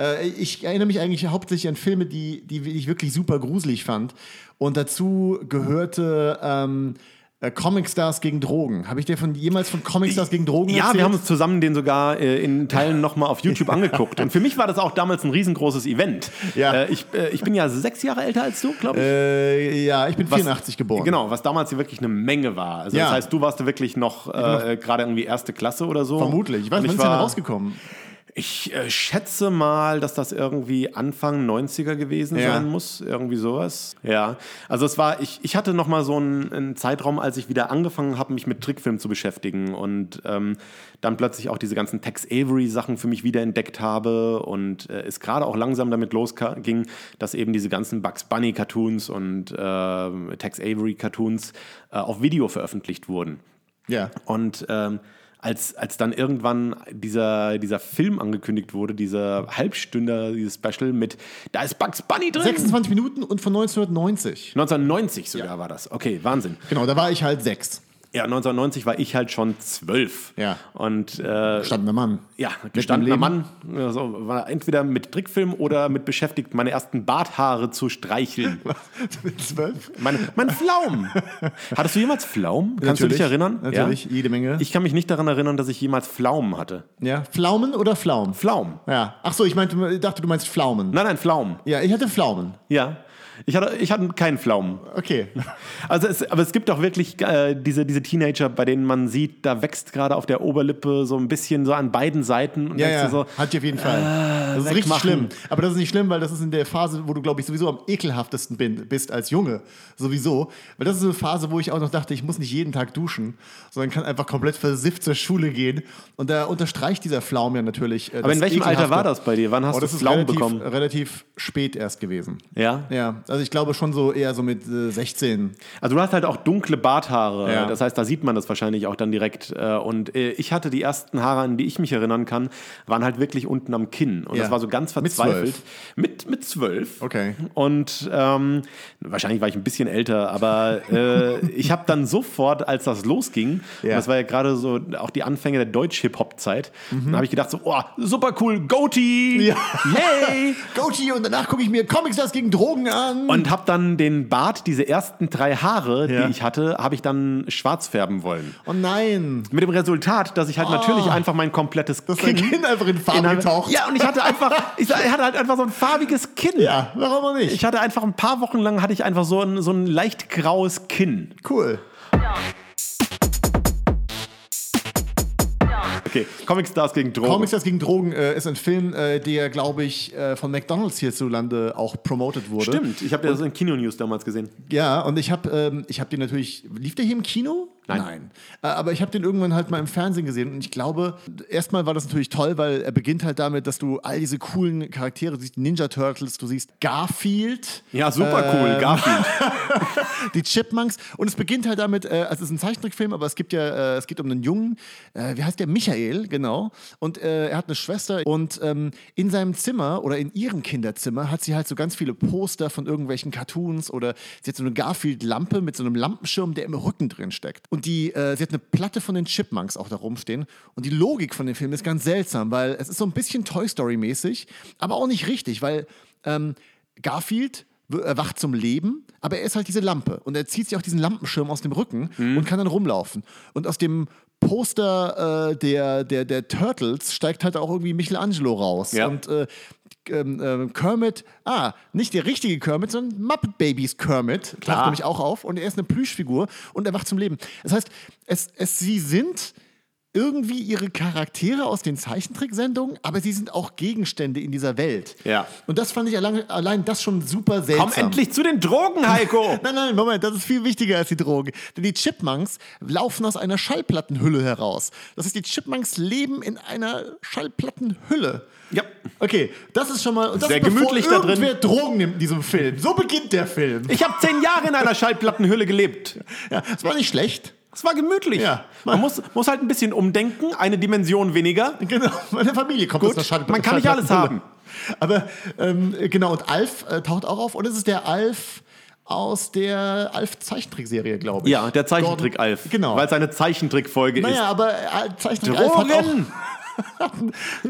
[SPEAKER 1] Äh, ich erinnere mich eigentlich hauptsächlich an Filme, die, die ich wirklich super gruselig fand. Und dazu gehörte ähm, äh, Comic Stars gegen Drogen. Habe ich dir von, jemals von Comic Stars gegen Drogen
[SPEAKER 2] Ja,
[SPEAKER 1] erzählt?
[SPEAKER 2] wir haben uns zusammen den sogar äh, in Teilen nochmal auf YouTube angeguckt. Und für mich war das auch damals ein riesengroßes Event.
[SPEAKER 1] Ja.
[SPEAKER 2] Äh, ich, äh, ich bin ja sechs Jahre älter als du, glaube ich.
[SPEAKER 1] Äh, ja, ich bin
[SPEAKER 2] Was-
[SPEAKER 1] 84 geboren.
[SPEAKER 2] Genau, was damals hier wirklich eine Menge war. Also
[SPEAKER 1] Ja.
[SPEAKER 2] das heißt, du warst wirklich noch äh, gerade irgendwie erste Klasse oder so.
[SPEAKER 1] Vermutlich. Ich weiß,
[SPEAKER 2] Und
[SPEAKER 1] wann ist denn rausgekommen?
[SPEAKER 2] Ich äh, schätze mal, dass das irgendwie Anfang 90er gewesen
[SPEAKER 1] Ja.
[SPEAKER 2] sein muss, irgendwie sowas. Ja, also es war, ich, ich hatte noch mal so einen, einen Zeitraum, als ich wieder angefangen habe, mich mit Trickfilm zu beschäftigen und ähm, dann plötzlich auch diese ganzen Tex Avery-Sachen für mich wiederentdeckt habe und äh, es gerade auch langsam damit losging, dass eben diese ganzen Bugs Bunny-Cartoons und äh, Tex Avery-Cartoons äh, auf Video veröffentlicht wurden.
[SPEAKER 1] Ja.
[SPEAKER 2] Und ähm, als, als dann irgendwann dieser, dieser Film angekündigt wurde, dieser Halbstünder, dieses Special mit, da ist Bugs Bunny drin.
[SPEAKER 1] 26 Minuten und von 1990.
[SPEAKER 2] 1990 sogar war das. Okay, Wahnsinn.
[SPEAKER 1] Genau, da war ich halt sechs.
[SPEAKER 2] Ja, 1990 war ich halt schon zwölf.
[SPEAKER 1] Ja.
[SPEAKER 2] Und äh,
[SPEAKER 1] Standender Mann.
[SPEAKER 2] ja, gestandener
[SPEAKER 1] dem Leben.
[SPEAKER 2] Mann. Also, war entweder mit Trickfilm oder mit beschäftigt, meine ersten Barthaare zu streicheln.
[SPEAKER 1] Mit zwölf?
[SPEAKER 2] Meine, meine Pflaumen. Hattest du jemals Pflaumen? Kannst du dich erinnern?
[SPEAKER 1] Natürlich,
[SPEAKER 2] Ja?
[SPEAKER 1] jede Menge.
[SPEAKER 2] Ich kann mich nicht daran erinnern, dass ich jemals Pflaumen hatte.
[SPEAKER 1] ja. Pflaumen oder Pflaumen?
[SPEAKER 2] Pflaumen.
[SPEAKER 1] ja. Ach so, ich meinte, ich dachte, du meinst Pflaumen.
[SPEAKER 2] Nein, nein, Pflaumen.
[SPEAKER 1] Ja, ich hatte Pflaumen.
[SPEAKER 2] Ja. Ich hatte, ich hatte keinen Pflaumen.
[SPEAKER 1] Okay.
[SPEAKER 2] Also es, aber es gibt auch wirklich äh, diese, diese Teenager, bei denen man sieht, da wächst gerade auf der Oberlippe so ein bisschen so an beiden Seiten. Und
[SPEAKER 1] Ja,
[SPEAKER 2] denkst
[SPEAKER 1] ja.
[SPEAKER 2] du so,
[SPEAKER 1] Hat die auf jeden Fall. das ist richtig
[SPEAKER 2] wegmachen.
[SPEAKER 1] schlimm. Aber das ist nicht schlimm, weil das ist in der Phase, wo du, glaube ich, sowieso am ekelhaftesten bin, bist als Junge. Sowieso. Weil das ist eine Phase, wo ich auch noch dachte, ich muss nicht jeden Tag duschen, sondern kann einfach komplett versifft zur Schule gehen. Und da unterstreicht dieser Pflaum ja natürlich. äh,
[SPEAKER 2] Aber
[SPEAKER 1] das
[SPEAKER 2] in welchem Alter
[SPEAKER 1] Ekelhafte.
[SPEAKER 2] war das bei dir? Wann hast
[SPEAKER 1] Oh,
[SPEAKER 2] du
[SPEAKER 1] das ist
[SPEAKER 2] Pflaumen
[SPEAKER 1] relativ,
[SPEAKER 2] bekommen?
[SPEAKER 1] relativ spät erst gewesen.
[SPEAKER 2] Ja?
[SPEAKER 1] Ja, also ich glaube schon so eher so mit äh, 16.
[SPEAKER 2] Also du hast halt auch dunkle Barthaare.
[SPEAKER 1] Ja.
[SPEAKER 2] Das heißt, da sieht man das wahrscheinlich auch dann direkt. Äh, Und äh, ich hatte die ersten Haare, an die ich mich erinnern kann, waren halt wirklich unten am Kinn. Und
[SPEAKER 1] Ja.
[SPEAKER 2] das war so ganz
[SPEAKER 1] Mit
[SPEAKER 2] verzweifelt.
[SPEAKER 1] zwölf.
[SPEAKER 2] Mit, mit zwölf.
[SPEAKER 1] Okay.
[SPEAKER 2] Und ähm, wahrscheinlich war ich ein bisschen älter, aber äh, ich habe dann sofort, als das losging,
[SPEAKER 1] Ja.
[SPEAKER 2] und das war ja gerade so auch die Anfänge der Deutsch-Hip-Hop-Zeit, dann habe ich gedacht so, oh, super cool, Goatee,
[SPEAKER 1] Mhm. Ja.
[SPEAKER 2] yay!
[SPEAKER 1] Goatee und danach gucke ich mir Comics das gegen Drogen an.
[SPEAKER 2] Und habe dann den Bart, diese ersten drei Haare,
[SPEAKER 1] Ja.
[SPEAKER 2] die ich hatte, habe ich dann schwarz färben wollen.
[SPEAKER 1] oh nein.
[SPEAKER 2] Mit dem Resultat, dass ich halt natürlich einfach mein komplettes
[SPEAKER 1] Dass dein Kinn einfach in Farbe
[SPEAKER 2] innerhalb-
[SPEAKER 1] getaucht.
[SPEAKER 2] Ja, und ich hatte einfach, ich hatte halt einfach so ein farbiges Kinn.
[SPEAKER 1] Ja, warum auch nicht?
[SPEAKER 2] Ich hatte einfach ein paar Wochen lang hatte ich einfach so ein, so ein leicht graues Kinn.
[SPEAKER 1] cool.
[SPEAKER 2] Okay, Comic Stars gegen Drogen.
[SPEAKER 1] Comics das gegen Drogen äh, ist ein Film, äh, der, glaube ich, äh, von McDonalds hierzulande auch promoted wurde.
[SPEAKER 2] Stimmt, ich habe das in Kino News damals gesehen.
[SPEAKER 1] Ja, und ich habe ähm, ich hab den natürlich. Lief der hier im Kino?
[SPEAKER 2] Nein.
[SPEAKER 1] Äh, aber ich habe den irgendwann halt mal im Fernsehen gesehen und ich glaube, erstmal war das natürlich toll, weil er beginnt halt damit, dass du all diese coolen Charaktere, du siehst Ninja Turtles, du siehst Garfield. Ähm,
[SPEAKER 2] Ja, super cool, Garfield.
[SPEAKER 1] die Chipmunks. Und es beginnt halt damit, äh, also es ist ein Zeichentrickfilm, aber es gibt ja, äh, es geht um einen Jungen, äh, wie heißt der? Michael, genau. Und äh, er hat eine Schwester und ähm, in seinem Zimmer oder in ihrem Kinderzimmer hat sie halt so ganz viele Poster von irgendwelchen Cartoons oder sie hat so eine Garfield-Lampe mit so einem Lampenschirm, der im Rücken drin steckt. Und die, äh, sie hat eine Platte von den Chipmunks auch da rumstehen. Und die Logik von dem Film ist ganz seltsam, weil es ist so ein bisschen Toy Story-mäßig, aber auch nicht richtig, weil ähm, Garfield w- erwacht zum Leben, aber er ist halt diese Lampe und er zieht sich auch diesen Lampenschirm aus dem Rücken
[SPEAKER 2] Mhm.
[SPEAKER 1] und kann dann rumlaufen. Und aus dem Poster äh, der, der, der Turtles steigt halt auch irgendwie Michelangelo raus.
[SPEAKER 2] Ja.
[SPEAKER 1] Und äh, ähm, ähm, Kermit, ah, nicht der richtige Kermit, sondern Muppet Babies Kermit, taucht nämlich auch auf und er ist eine Plüschfigur und erwacht zum Leben. Das heißt, es, es, sie sind irgendwie ihre Charaktere aus den Zeichentricksendungen, aber sie sind auch Gegenstände in dieser Welt.
[SPEAKER 2] Ja.
[SPEAKER 1] Und das fand ich allein, allein das schon super seltsam.
[SPEAKER 2] Komm endlich zu den Drogen, Heiko!
[SPEAKER 1] Nein, nein, Moment, das ist viel wichtiger als die Drogen. Denn die Chipmunks laufen aus einer Schallplattenhülle heraus. Das heißt, die Chipmunks leben in einer Schallplattenhülle.
[SPEAKER 2] Ja.
[SPEAKER 1] Okay, das ist schon mal. und Das
[SPEAKER 2] Sehr
[SPEAKER 1] ist, bevor
[SPEAKER 2] gemütlich da drin.
[SPEAKER 1] Irgendwer Drogen nimmt in diesem Film. So beginnt der Film.
[SPEAKER 2] Ich habe zehn Jahre in einer Schallplattenhülle gelebt.
[SPEAKER 1] Ja, das war nicht schlecht.
[SPEAKER 2] Es war gemütlich.
[SPEAKER 1] Ja.
[SPEAKER 2] Man muss, muss halt ein bisschen umdenken, eine Dimension weniger.
[SPEAKER 1] Genau, meine Familie kommt aus der Schallplatte.
[SPEAKER 2] man kann nicht alles haben.
[SPEAKER 1] Aber ähm, genau, und Alf äh, taucht auch auf. Und es ist der Alf aus der Alf-Zeichentrickserie, glaube ich.
[SPEAKER 2] Ja, der Zeichentrick Alf.
[SPEAKER 1] Genau.
[SPEAKER 2] Weil es eine Zeichentrickfolge
[SPEAKER 1] Naja,
[SPEAKER 2] ist.
[SPEAKER 1] aber äh, Zeichentrick
[SPEAKER 2] Drogen!
[SPEAKER 1] Alf hat auch.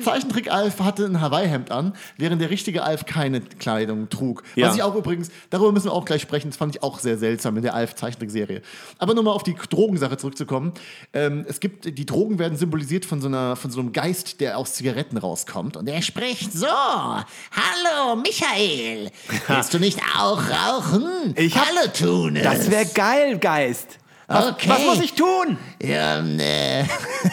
[SPEAKER 1] Zeichentrick Alf hatte ein Hawaii-Hemd an, während der richtige Alf keine Kleidung trug.
[SPEAKER 2] Ja.
[SPEAKER 1] Was ich auch übrigens, darüber müssen wir auch gleich sprechen, das fand ich auch sehr seltsam in der Alf-Zeichentrickserie. Aber nochmal auf die Drogensache zurückzukommen. Ähm, es gibt, die Drogen werden symbolisiert von so, einer, von so einem Geist, der aus Zigaretten rauskommt. Und er spricht so: Hallo, Michael, willst du nicht auch rauchen?
[SPEAKER 2] Ich hab-
[SPEAKER 1] Hallo, Tune.
[SPEAKER 2] Das wäre geil, Geist. Was,
[SPEAKER 1] Okay.
[SPEAKER 2] was muss ich tun?
[SPEAKER 1] Ja, äh,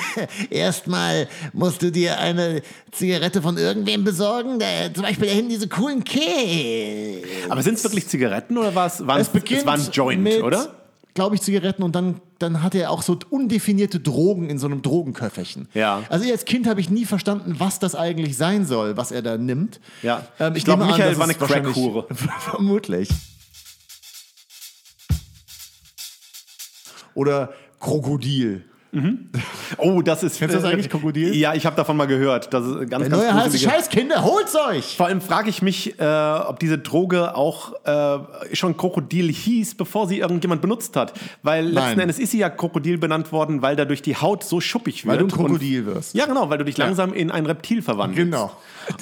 [SPEAKER 1] erstmal musst du dir eine Zigarette von irgendwem besorgen. Der, zum Beispiel, da hinten diese coolen Kids.
[SPEAKER 2] Aber sind es wirklich Zigaretten oder war's, waren es, es war ein Joint, oder?
[SPEAKER 1] Glaube ich, Zigaretten und dann, dann hatte er auch so undefinierte Drogen in so einem Drogenköfferchen.
[SPEAKER 2] Ja.
[SPEAKER 1] Also ich als Kind habe ich nie verstanden, was das eigentlich sein soll, was er da nimmt.
[SPEAKER 2] Ja.
[SPEAKER 1] Ähm, ich
[SPEAKER 2] Ich glaub,
[SPEAKER 1] nehme an,
[SPEAKER 2] Michael
[SPEAKER 1] das
[SPEAKER 2] war eine
[SPEAKER 1] ist wahrscheinlich-
[SPEAKER 2] Crackhure.
[SPEAKER 1] Vermutlich. Oder Krokodil.
[SPEAKER 2] Oh, das ist.
[SPEAKER 1] Kennst du das eigentlich, Krokodil?
[SPEAKER 2] Ja, ich habe davon mal gehört. Das ist ein
[SPEAKER 1] Der
[SPEAKER 2] ganz, ganz
[SPEAKER 1] neue heißt
[SPEAKER 2] gruselige-
[SPEAKER 1] Scheiß, Kinder, holt's euch!
[SPEAKER 2] Vor allem frage ich mich, äh, ob diese Droge auch äh, schon Krokodil hieß, bevor sie irgendjemand benutzt hat. Weil letzten
[SPEAKER 1] Nein.
[SPEAKER 2] Endes ist sie ja Krokodil benannt worden, weil dadurch die Haut so schuppig wird.
[SPEAKER 1] Weil du ein
[SPEAKER 2] und-
[SPEAKER 1] Krokodil wirst.
[SPEAKER 2] Ja, genau, weil du dich langsam in ein Reptil verwandelst.
[SPEAKER 1] Genau.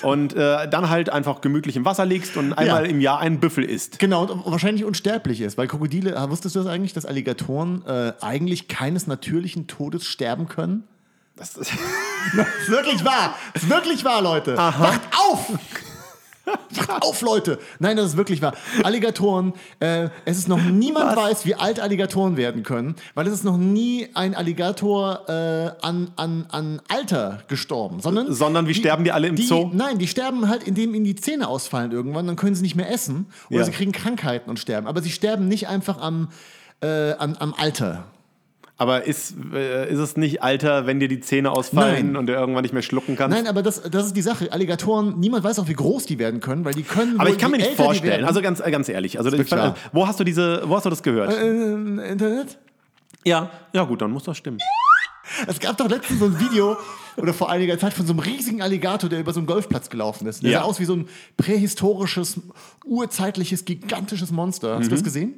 [SPEAKER 2] Und äh, dann halt einfach gemütlich im Wasser liegst und einmal im Jahr einen Büffel isst.
[SPEAKER 1] Genau, und wahrscheinlich unsterblich ist, weil Krokodile, ah, wusstest du das eigentlich, dass Alligatoren äh, eigentlich keines natürlichen Todes sterben können?
[SPEAKER 2] Das ist
[SPEAKER 1] Das ist wirklich wahr. Das ist wirklich wahr, Lechte. Wacht auf! Wacht auf, Leute! Nein, das ist wirklich wahr. Alligatoren, äh, es ist noch niemand weiß, wie alt Alligatoren werden können, weil es ist noch nie ein Alligator äh, an, an, an Alter gestorben, sondern.
[SPEAKER 2] Sondern wie sterben die alle im
[SPEAKER 1] die,
[SPEAKER 2] Zoo?
[SPEAKER 1] Nein, die sterben halt, indem ihnen die Zähne ausfallen irgendwann, dann können sie nicht mehr essen oder
[SPEAKER 2] Ja.
[SPEAKER 1] sie kriegen Krankheiten und sterben. Aber sie sterben nicht einfach am, äh, an, am Alter.
[SPEAKER 2] Aber ist, äh, ist es nicht Alter, wenn dir die Zähne ausfallen
[SPEAKER 1] Nein.
[SPEAKER 2] und du irgendwann nicht mehr schlucken kannst?
[SPEAKER 1] Nein, aber das, das ist die Sache. Alligatoren, niemand weiß auch, wie groß die werden können, weil die können.
[SPEAKER 2] Aber
[SPEAKER 1] wohl-
[SPEAKER 2] ich kann mir
[SPEAKER 1] je
[SPEAKER 2] nicht
[SPEAKER 1] älter die
[SPEAKER 2] vorstellen.
[SPEAKER 1] werden-
[SPEAKER 2] Also ganz, ganz ehrlich. Also ich
[SPEAKER 1] wirklich Äh,
[SPEAKER 2] fand,
[SPEAKER 1] wahr.
[SPEAKER 2] wo hast du diese, wo hast du das gehört?
[SPEAKER 1] Im
[SPEAKER 2] Also-
[SPEAKER 1] Internet?
[SPEAKER 2] ja, ja gut, dann muss das stimmen.
[SPEAKER 1] Es gab doch letztens so ein Video oder vor einiger Zeit von so einem riesigen Alligator, der über so einen Golfplatz gelaufen ist. Der
[SPEAKER 2] Ja.
[SPEAKER 1] sah aus wie so ein prähistorisches, urzeitliches, gigantisches Monster. Hast du
[SPEAKER 2] Mhm.
[SPEAKER 1] das gesehen?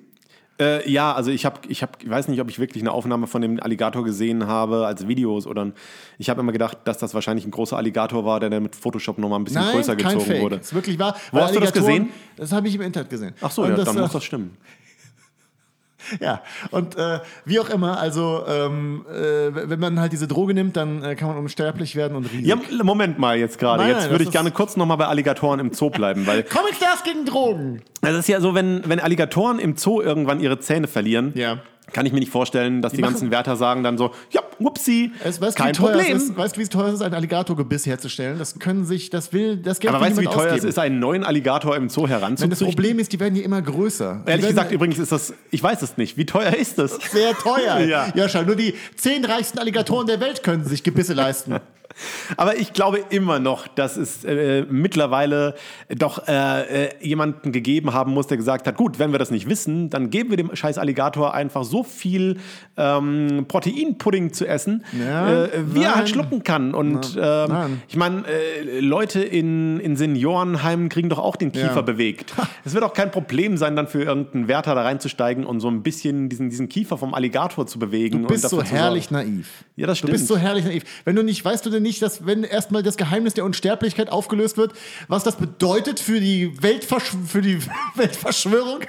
[SPEAKER 2] Äh, ja, also ich habe, ich hab, ich weiß nicht, ob ich wirklich eine Aufnahme von dem Alligator gesehen habe als Videos oder. ein- Ich habe immer gedacht, dass das wahrscheinlich ein großer Alligator war, der dann mit Photoshop nochmal ein bisschen größer
[SPEAKER 1] kein
[SPEAKER 2] gezogen
[SPEAKER 1] Fake.
[SPEAKER 2] wurde.
[SPEAKER 1] Das ist wirklich wahr.
[SPEAKER 2] Wo
[SPEAKER 1] Weil
[SPEAKER 2] hast du das
[SPEAKER 1] Alligatoren-
[SPEAKER 2] gesehen?
[SPEAKER 1] Das habe ich im Internet gesehen.
[SPEAKER 2] Ach so,
[SPEAKER 1] Und
[SPEAKER 2] ja,
[SPEAKER 1] das,
[SPEAKER 2] dann
[SPEAKER 1] äh,
[SPEAKER 2] muss das stimmen.
[SPEAKER 1] Ja, und äh, wie auch immer, also ähm, äh, wenn man halt diese Droge nimmt, dann äh, kann man unsterblich werden und riesig.
[SPEAKER 2] Ja, Moment mal jetzt gerade.
[SPEAKER 1] Nein, nein,
[SPEAKER 2] Jetzt
[SPEAKER 1] das
[SPEAKER 2] würde ich
[SPEAKER 1] ist-
[SPEAKER 2] gerne kurz nochmal bei Alligatoren im Zoo bleiben, weil
[SPEAKER 1] Comicstars gegen Drogen!
[SPEAKER 2] es ist ja so, wenn, wenn Alligatoren im Zoo irgendwann ihre Zähne verlieren,
[SPEAKER 1] Ja.
[SPEAKER 2] kann ich mir nicht vorstellen, dass die,
[SPEAKER 1] machen-
[SPEAKER 2] ganzen Wärter sagen dann so, ja, whoopsie,
[SPEAKER 1] Es, weißt, du,
[SPEAKER 2] kein
[SPEAKER 1] wie teuer
[SPEAKER 2] Problem.
[SPEAKER 1] Es ist, weißt du, wie teuer es ist, ein Alligatorgebiss herzustellen? Das können sich, das will, das Geld
[SPEAKER 2] Aber
[SPEAKER 1] will
[SPEAKER 2] weißt du, wie
[SPEAKER 1] niemand
[SPEAKER 2] teuer es
[SPEAKER 1] ausgeben.
[SPEAKER 2] ist, einen neuen Alligator im Zoo
[SPEAKER 1] Denn das
[SPEAKER 2] heranzuzüchten?
[SPEAKER 1] Problem ist, die werden ja immer größer. Die
[SPEAKER 2] Ehrlich
[SPEAKER 1] werden
[SPEAKER 2] gesagt, übrigens ist das, ich weiß es nicht. Wie teuer ist das?
[SPEAKER 1] sehr teuer.
[SPEAKER 2] Ja.
[SPEAKER 1] schau, nur die zehn reichsten Alligatoren der Welt können sich Gebisse leisten.
[SPEAKER 2] Aber ich glaube immer noch, dass es äh, mittlerweile doch äh, äh, jemanden gegeben haben muss, der gesagt hat, gut, wenn wir das nicht wissen, dann geben wir dem scheiß Alligator einfach so viel ähm, Proteinpudding zu essen,
[SPEAKER 1] Ja,
[SPEAKER 2] äh, wie er
[SPEAKER 1] nein.
[SPEAKER 2] halt schlucken kann. Und ähm,
[SPEAKER 1] nein.
[SPEAKER 2] ich meine, äh, Leute in, in Seniorenheimen kriegen doch auch den Kiefer
[SPEAKER 1] Ja.
[SPEAKER 2] bewegt. Es wird auch kein Problem sein, dann für irgendeinen Wärter da reinzusteigen und so ein bisschen diesen, diesen Kiefer vom Alligator zu bewegen.
[SPEAKER 1] Du bist
[SPEAKER 2] und dafür
[SPEAKER 1] so
[SPEAKER 2] zu sorgen.
[SPEAKER 1] herrlich naiv.
[SPEAKER 2] Ja, das
[SPEAKER 1] Du bist
[SPEAKER 2] stimmt.
[SPEAKER 1] so herrlich naiv. Wenn du nicht, weißt du denn nicht, dass wenn erstmal das Geheimnis der Unsterblichkeit aufgelöst wird, was das bedeutet für die, Weltversch für die Weltverschwörung,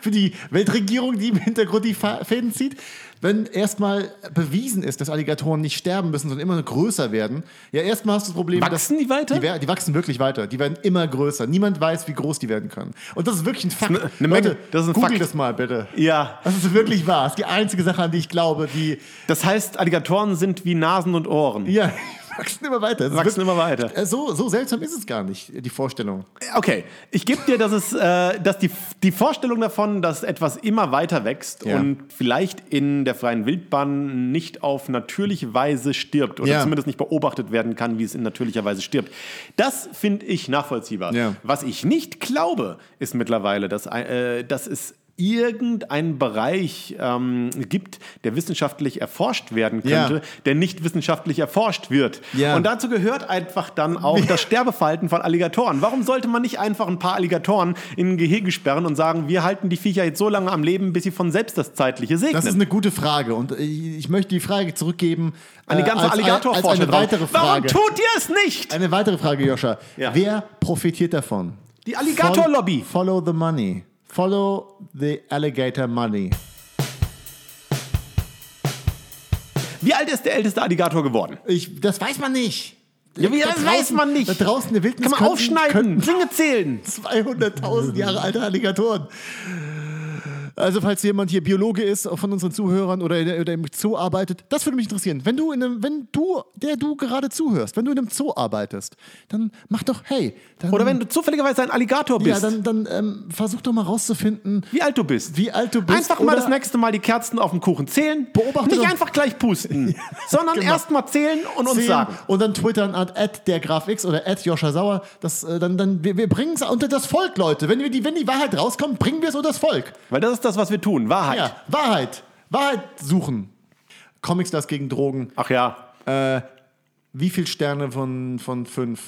[SPEAKER 1] für die Weltregierung, die im Hintergrund die Fa- Fäden zieht? Wenn erstmal bewiesen ist, dass Alligatoren nicht sterben müssen, sondern immer größer werden, ja, erstmal hast du das Problem,
[SPEAKER 2] Wachsen
[SPEAKER 1] dass
[SPEAKER 2] die weiter?
[SPEAKER 1] Die, wer- die wachsen wirklich weiter. Die werden immer größer. Niemand weiß, wie groß die werden können. Und das ist wirklich ein Fakt.
[SPEAKER 2] eine Menge.
[SPEAKER 1] Leute,
[SPEAKER 2] Das ist ein
[SPEAKER 1] Google
[SPEAKER 2] Fakt.
[SPEAKER 1] das mal bitte.
[SPEAKER 2] Ja.
[SPEAKER 1] Das ist wirklich wahr. Das ist die einzige Sache, an die ich glaube, die
[SPEAKER 2] Das heißt, Alligatoren sind wie Nasen und Ohren.
[SPEAKER 1] ja, wachsen immer weiter. Es ist
[SPEAKER 2] Wachsen
[SPEAKER 1] wirklich-
[SPEAKER 2] immer weiter.
[SPEAKER 1] Äh, So, so seltsam ist es gar nicht, die Vorstellung.
[SPEAKER 2] Okay, ich gebe dir, dass es, äh, dass die, die Vorstellung davon, dass etwas immer weiter wächst
[SPEAKER 1] Ja.
[SPEAKER 2] und vielleicht in der freien Wildbahn nicht auf natürliche Weise stirbt oder
[SPEAKER 1] Ja.
[SPEAKER 2] zumindest nicht beobachtet werden kann, wie es in natürlicher Weise stirbt. Das finde ich nachvollziehbar.
[SPEAKER 1] Ja.
[SPEAKER 2] Was ich nicht glaube, ist mittlerweile, dass, ein- äh, dass es irgendeinen Bereich ähm, gibt, der wissenschaftlich erforscht werden
[SPEAKER 1] Ja.
[SPEAKER 2] könnte, der nicht wissenschaftlich erforscht wird.
[SPEAKER 1] Ja.
[SPEAKER 2] Und dazu gehört einfach dann auch das Sterbeverhalten von Alligatoren. Warum sollte man nicht einfach ein paar Alligatoren in ein Gehege sperren und sagen, wir halten die Viecher jetzt so lange am Leben, bis sie von selbst das Zeitliche segnen?
[SPEAKER 1] Das ist eine gute Frage und äh, ich ich möchte die Frage zurückgeben
[SPEAKER 2] an die ganze
[SPEAKER 1] äh, als- als
[SPEAKER 2] Alligatorforscher
[SPEAKER 1] eine
[SPEAKER 2] dran.
[SPEAKER 1] weitere
[SPEAKER 2] Warum
[SPEAKER 1] Frage.
[SPEAKER 2] tut ihr es nicht?
[SPEAKER 1] eine weitere Frage, Joscha.
[SPEAKER 2] Ja.
[SPEAKER 1] Wer profitiert davon?
[SPEAKER 2] Die Alligator-Lobby.
[SPEAKER 1] Fol- Follow the money. Follow the alligator money.
[SPEAKER 2] Wie alt ist der älteste Alligator geworden?
[SPEAKER 1] Ich, das weiß man nicht.
[SPEAKER 2] Ja, wie,
[SPEAKER 1] Da
[SPEAKER 2] das
[SPEAKER 1] draußen-
[SPEAKER 2] weiß man nicht.
[SPEAKER 1] Da draußen in der Wildnis
[SPEAKER 2] Kann man
[SPEAKER 1] könnten-
[SPEAKER 2] aufschneiden,
[SPEAKER 1] könnten
[SPEAKER 2] Dinge zählen.
[SPEAKER 1] 200.000 Jahre alte Alligatoren. Also, falls jemand hier Biologe ist von unseren Zuhörern oder, in der- oder im Zoo arbeitet, das würde mich interessieren. Wenn du, in einem, wenn du, der du gerade zuhörst, wenn du in einem Zoo arbeitest, dann mach doch, hey. Dann,
[SPEAKER 2] Oder wenn du zufälligerweise ein Alligator bist.
[SPEAKER 1] Ja, dann, dann ähm, versuch doch mal rauszufinden,
[SPEAKER 2] wie alt du bist.
[SPEAKER 1] wie alt du bist.
[SPEAKER 2] Einfach mal
[SPEAKER 1] oder-
[SPEAKER 2] das nächste Mal die Kerzen auf dem Kuchen zählen.
[SPEAKER 1] Beobachte
[SPEAKER 2] Nicht
[SPEAKER 1] doch-
[SPEAKER 2] einfach gleich pusten, sondern
[SPEAKER 1] genau.
[SPEAKER 2] erst mal zählen und uns
[SPEAKER 1] sehen
[SPEAKER 2] sagen.
[SPEAKER 1] Und dann twittern an der GrafX oder at Joscha Sauer. Das, äh, dann, dann, wir, wir bringen es unter das Volk, Leute. Wenn, wir die, wenn die Wahrheit rauskommt, bringen wir es unter das Volk.
[SPEAKER 2] Weil das ist das, was wir tun. Wahrheit.
[SPEAKER 1] Ja, Wahrheit. Wahrheit suchen. Comics das gegen Drogen.
[SPEAKER 2] Ach ja.
[SPEAKER 1] Wie viele Sterne von, von fünf?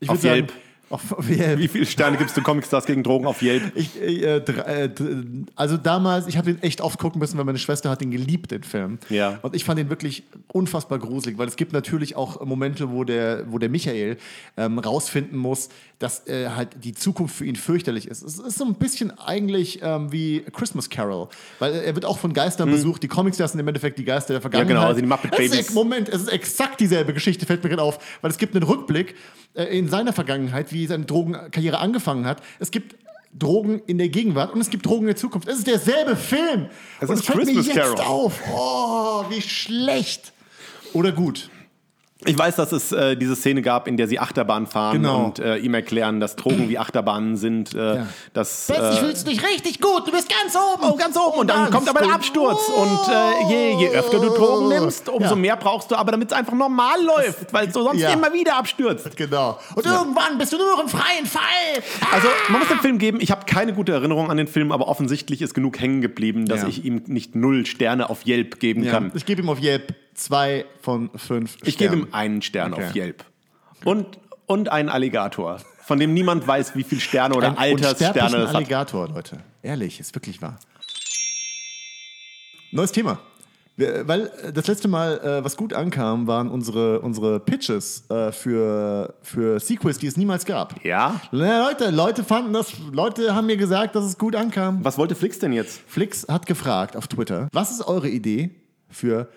[SPEAKER 1] Ich
[SPEAKER 2] Auf
[SPEAKER 1] würd sagen,
[SPEAKER 2] Yelp.
[SPEAKER 1] Auf Yelp.
[SPEAKER 2] Wie viele Sterne gibst du Comicstars gegen Drogen auf Yelp?
[SPEAKER 1] Ich, äh, drei, äh, dr- also damals, ich habe den echt oft gucken müssen, weil meine Schwester hat den geliebt, den Film.
[SPEAKER 2] Ja.
[SPEAKER 1] Und ich fand den wirklich unfassbar gruselig, weil es gibt natürlich auch Momente, wo der, wo der Michael ähm, rausfinden muss, dass äh, halt die Zukunft für ihn fürchterlich ist. Es ist so ein bisschen eigentlich ähm, wie Christmas Carol, weil er wird auch von Geistern besucht. Die Comics, das sind im Endeffekt die Geister der Vergangenheit.
[SPEAKER 2] Hm. also die Muppet
[SPEAKER 1] Es ist
[SPEAKER 2] Babies.
[SPEAKER 1] Moment, es ist exakt dieselbe Geschichte, fällt mir gerade auf, weil es gibt einen Rückblick äh, in seiner Vergangenheit, wie seine Drogenkarriere angefangen hat. Es gibt Drogen in der Gegenwart und es gibt Drogen in der Zukunft. Es ist derselbe Film.
[SPEAKER 2] Es
[SPEAKER 1] und
[SPEAKER 2] ist
[SPEAKER 1] es fällt
[SPEAKER 2] Christmas
[SPEAKER 1] mir jetzt
[SPEAKER 2] Carol.
[SPEAKER 1] auf. Oh, wie schlecht. Oder gut.
[SPEAKER 2] Ich weiß, dass es äh, diese Szene gab, in der sie Achterbahn fahren
[SPEAKER 1] Genau.
[SPEAKER 2] und äh, ihm erklären, dass Drogen wie Achterbahnen sind. Äh,
[SPEAKER 1] Ja.
[SPEAKER 2] dass,
[SPEAKER 1] Plötzlich
[SPEAKER 2] äh,
[SPEAKER 1] fühlst du dich richtig gut. Du bist ganz oben.
[SPEAKER 2] Oh, ganz oben und dann
[SPEAKER 1] Ganz
[SPEAKER 2] kommt aber der
[SPEAKER 1] gut.
[SPEAKER 2] Absturz. Und äh, je, je öfter du Drogen nimmst, umso
[SPEAKER 1] Ja.
[SPEAKER 2] mehr brauchst du, aber damit es einfach normal läuft, weil du sonst
[SPEAKER 1] ja.
[SPEAKER 2] immer wieder abstürzt.
[SPEAKER 1] Genau. Und irgendwann bist du nur noch im freien Fall.
[SPEAKER 2] Also man muss dem Film geben, ich habe keine gute Erinnerung an den Film, aber offensichtlich ist genug hängen geblieben, dass
[SPEAKER 1] Ja.
[SPEAKER 2] ich ihm nicht null Sterne auf Yelp geben
[SPEAKER 1] Ja,
[SPEAKER 2] kann.
[SPEAKER 1] ich gebe ihm auf Yelp zwei von fünf
[SPEAKER 2] Ich gebe ihm einen Stern
[SPEAKER 1] Okay.
[SPEAKER 2] auf Yelp. Und, und einen Alligator, von dem niemand weiß, wie viele Sterne oder
[SPEAKER 1] Ein
[SPEAKER 2] Alterssterne
[SPEAKER 1] unsterblichen
[SPEAKER 2] das hat.
[SPEAKER 1] Alligator, Leute. Ehrlich, ist wirklich wahr. Neues Thema. Wir, weil äh, das letzte Mal, äh, was gut ankam, waren unsere, unsere Pitches äh, für, für Sequels, die es niemals gab.
[SPEAKER 2] Ja?
[SPEAKER 1] Na, Leute, Leute fanden das, Leute haben mir gesagt, dass es gut ankam.
[SPEAKER 2] Was wollte Flix denn jetzt?
[SPEAKER 1] Flix hat gefragt auf Twitter, was ist eure Idee für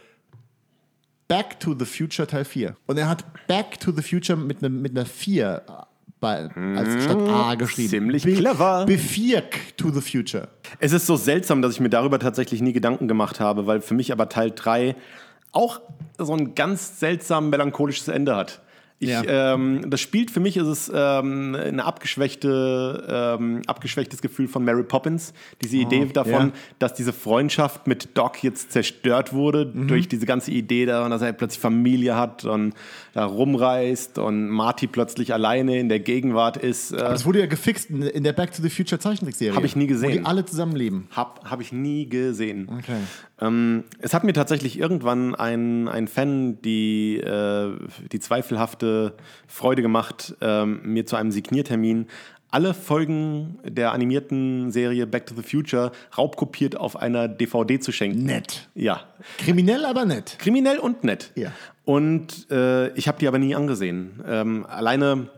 [SPEAKER 1] Back to the Future Teil 4? Und er hat Back to the Future mit, einem- mit einer 4 bei, als statt A geschrieben.
[SPEAKER 2] Hm, ziemlich clever.
[SPEAKER 1] Befirk to the Future.
[SPEAKER 2] Es ist so seltsam, dass ich mir darüber tatsächlich nie Gedanken gemacht habe, weil für mich aber Teil 3 auch so ein ganz seltsam melancholisches Ende hat. Ich,
[SPEAKER 1] Ja.
[SPEAKER 2] ähm, das spielt für mich ist es ähm, ein abgeschwächte, ähm, abgeschwächtes Gefühl von Mary Poppins. Diese Idee davon,
[SPEAKER 1] Ah, ja.
[SPEAKER 2] dass diese Freundschaft mit Doc jetzt zerstört wurde
[SPEAKER 1] Mhm.
[SPEAKER 2] durch diese ganze Idee, daran, dass er plötzlich Familie hat und da rumreist und Marty plötzlich alleine in der Gegenwart ist. Äh,
[SPEAKER 1] Das wurde ja gefixt in, in der Back to the Future Zeichentrickserie.
[SPEAKER 2] Hab ich nie gesehen.
[SPEAKER 1] Wo die alle zusammenleben.
[SPEAKER 2] hab, hab ich nie gesehen.
[SPEAKER 1] Okay.
[SPEAKER 2] Ähm, es hat mir tatsächlich irgendwann ein, ein Fan die, äh, die zweifelhafte Freude gemacht, ähm, mir zu einem Signiertermin alle Folgen der animierten Serie Back to the Future raubkopiert auf einer DVD zu schenken.
[SPEAKER 1] Nett.
[SPEAKER 2] Ja.
[SPEAKER 1] Kriminell, aber nett.
[SPEAKER 2] Kriminell und nett.
[SPEAKER 1] Ja.
[SPEAKER 2] Und äh, ich habe die aber nie angesehen. Ähm, alleine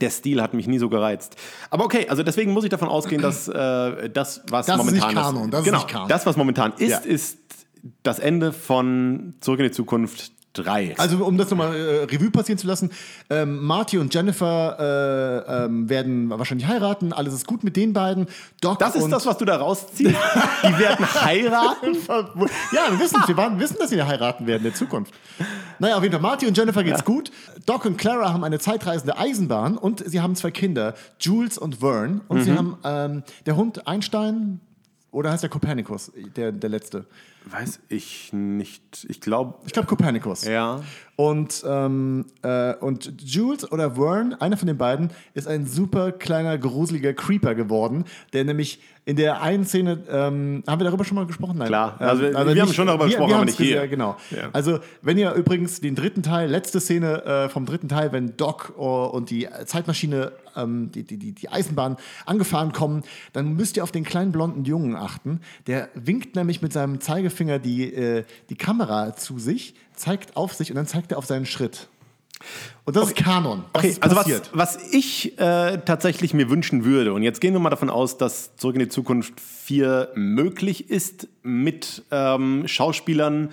[SPEAKER 2] der Stil hat mich nie so gereizt. Aber okay, also deswegen muss ich davon ausgehen, dass äh, das, was
[SPEAKER 1] Das ist
[SPEAKER 2] momentan
[SPEAKER 1] nicht Kanon, das ist
[SPEAKER 2] genau,
[SPEAKER 1] nicht Kanon.
[SPEAKER 2] das, was momentan ist,
[SPEAKER 1] Ja.
[SPEAKER 2] ist das Ende von Zurück in die Zukunft 3.
[SPEAKER 1] Also um das nochmal äh, Revue passieren zu lassen, ähm, Marty und Jennifer äh, ähm, werden wahrscheinlich heiraten, alles ist gut mit den beiden. Doc
[SPEAKER 2] das ist
[SPEAKER 1] und
[SPEAKER 2] das, was du da rausziehst. die werden heiraten.
[SPEAKER 1] Ja, wir wissen wir waren, wissen, dass sie heiraten werden in der Zukunft. Naja, auf jeden Fall, Marty und Jennifer geht's gut. Doc und Clara haben eine zeitreisende Eisenbahn und sie haben zwei Kinder, Jules und Vern. Und
[SPEAKER 2] Mhm.
[SPEAKER 1] sie haben ähm, der Hund Einstein oder heißt der Kopernikus, der, der letzte.
[SPEAKER 2] Weiß ich nicht. Ich glaube.
[SPEAKER 1] Ich glaube Kopernikus.
[SPEAKER 2] Ja.
[SPEAKER 1] Und, ähm, äh, und Jules oder Vern, einer von den beiden, ist ein super kleiner, gruseliger Creeper geworden, der nämlich in der einen Szene, ähm, haben wir darüber schon mal gesprochen? Nein.
[SPEAKER 2] Klar.
[SPEAKER 1] Ähm,
[SPEAKER 2] Also, wir haben schon darüber gesprochen, aber
[SPEAKER 1] haben's
[SPEAKER 2] nicht hier.
[SPEAKER 1] bisher, Genau.
[SPEAKER 2] Ja.
[SPEAKER 1] Also, wenn ihr übrigens den dritten Teil, letzte Szene äh, vom dritten Teil, wenn Doc äh, und die Zeitmaschine, ähm, die, die, die, die Eisenbahn angefahren kommen, dann müsst ihr auf den kleinen blonden Jungen achten. Der winkt nämlich mit seinem Zeigefinger die, äh, die Kamera zu sich, zeigt auf sich und dann zeigt er auf seinen Schritt. Und das ist Kanon. Das
[SPEAKER 2] Okay,
[SPEAKER 1] ist
[SPEAKER 2] also
[SPEAKER 1] passiert.
[SPEAKER 2] was, was ich äh, tatsächlich mir wünschen würde, und jetzt gehen wir mal davon aus, dass Zurück in die Zukunft 4 möglich ist mit ähm, Schauspielern,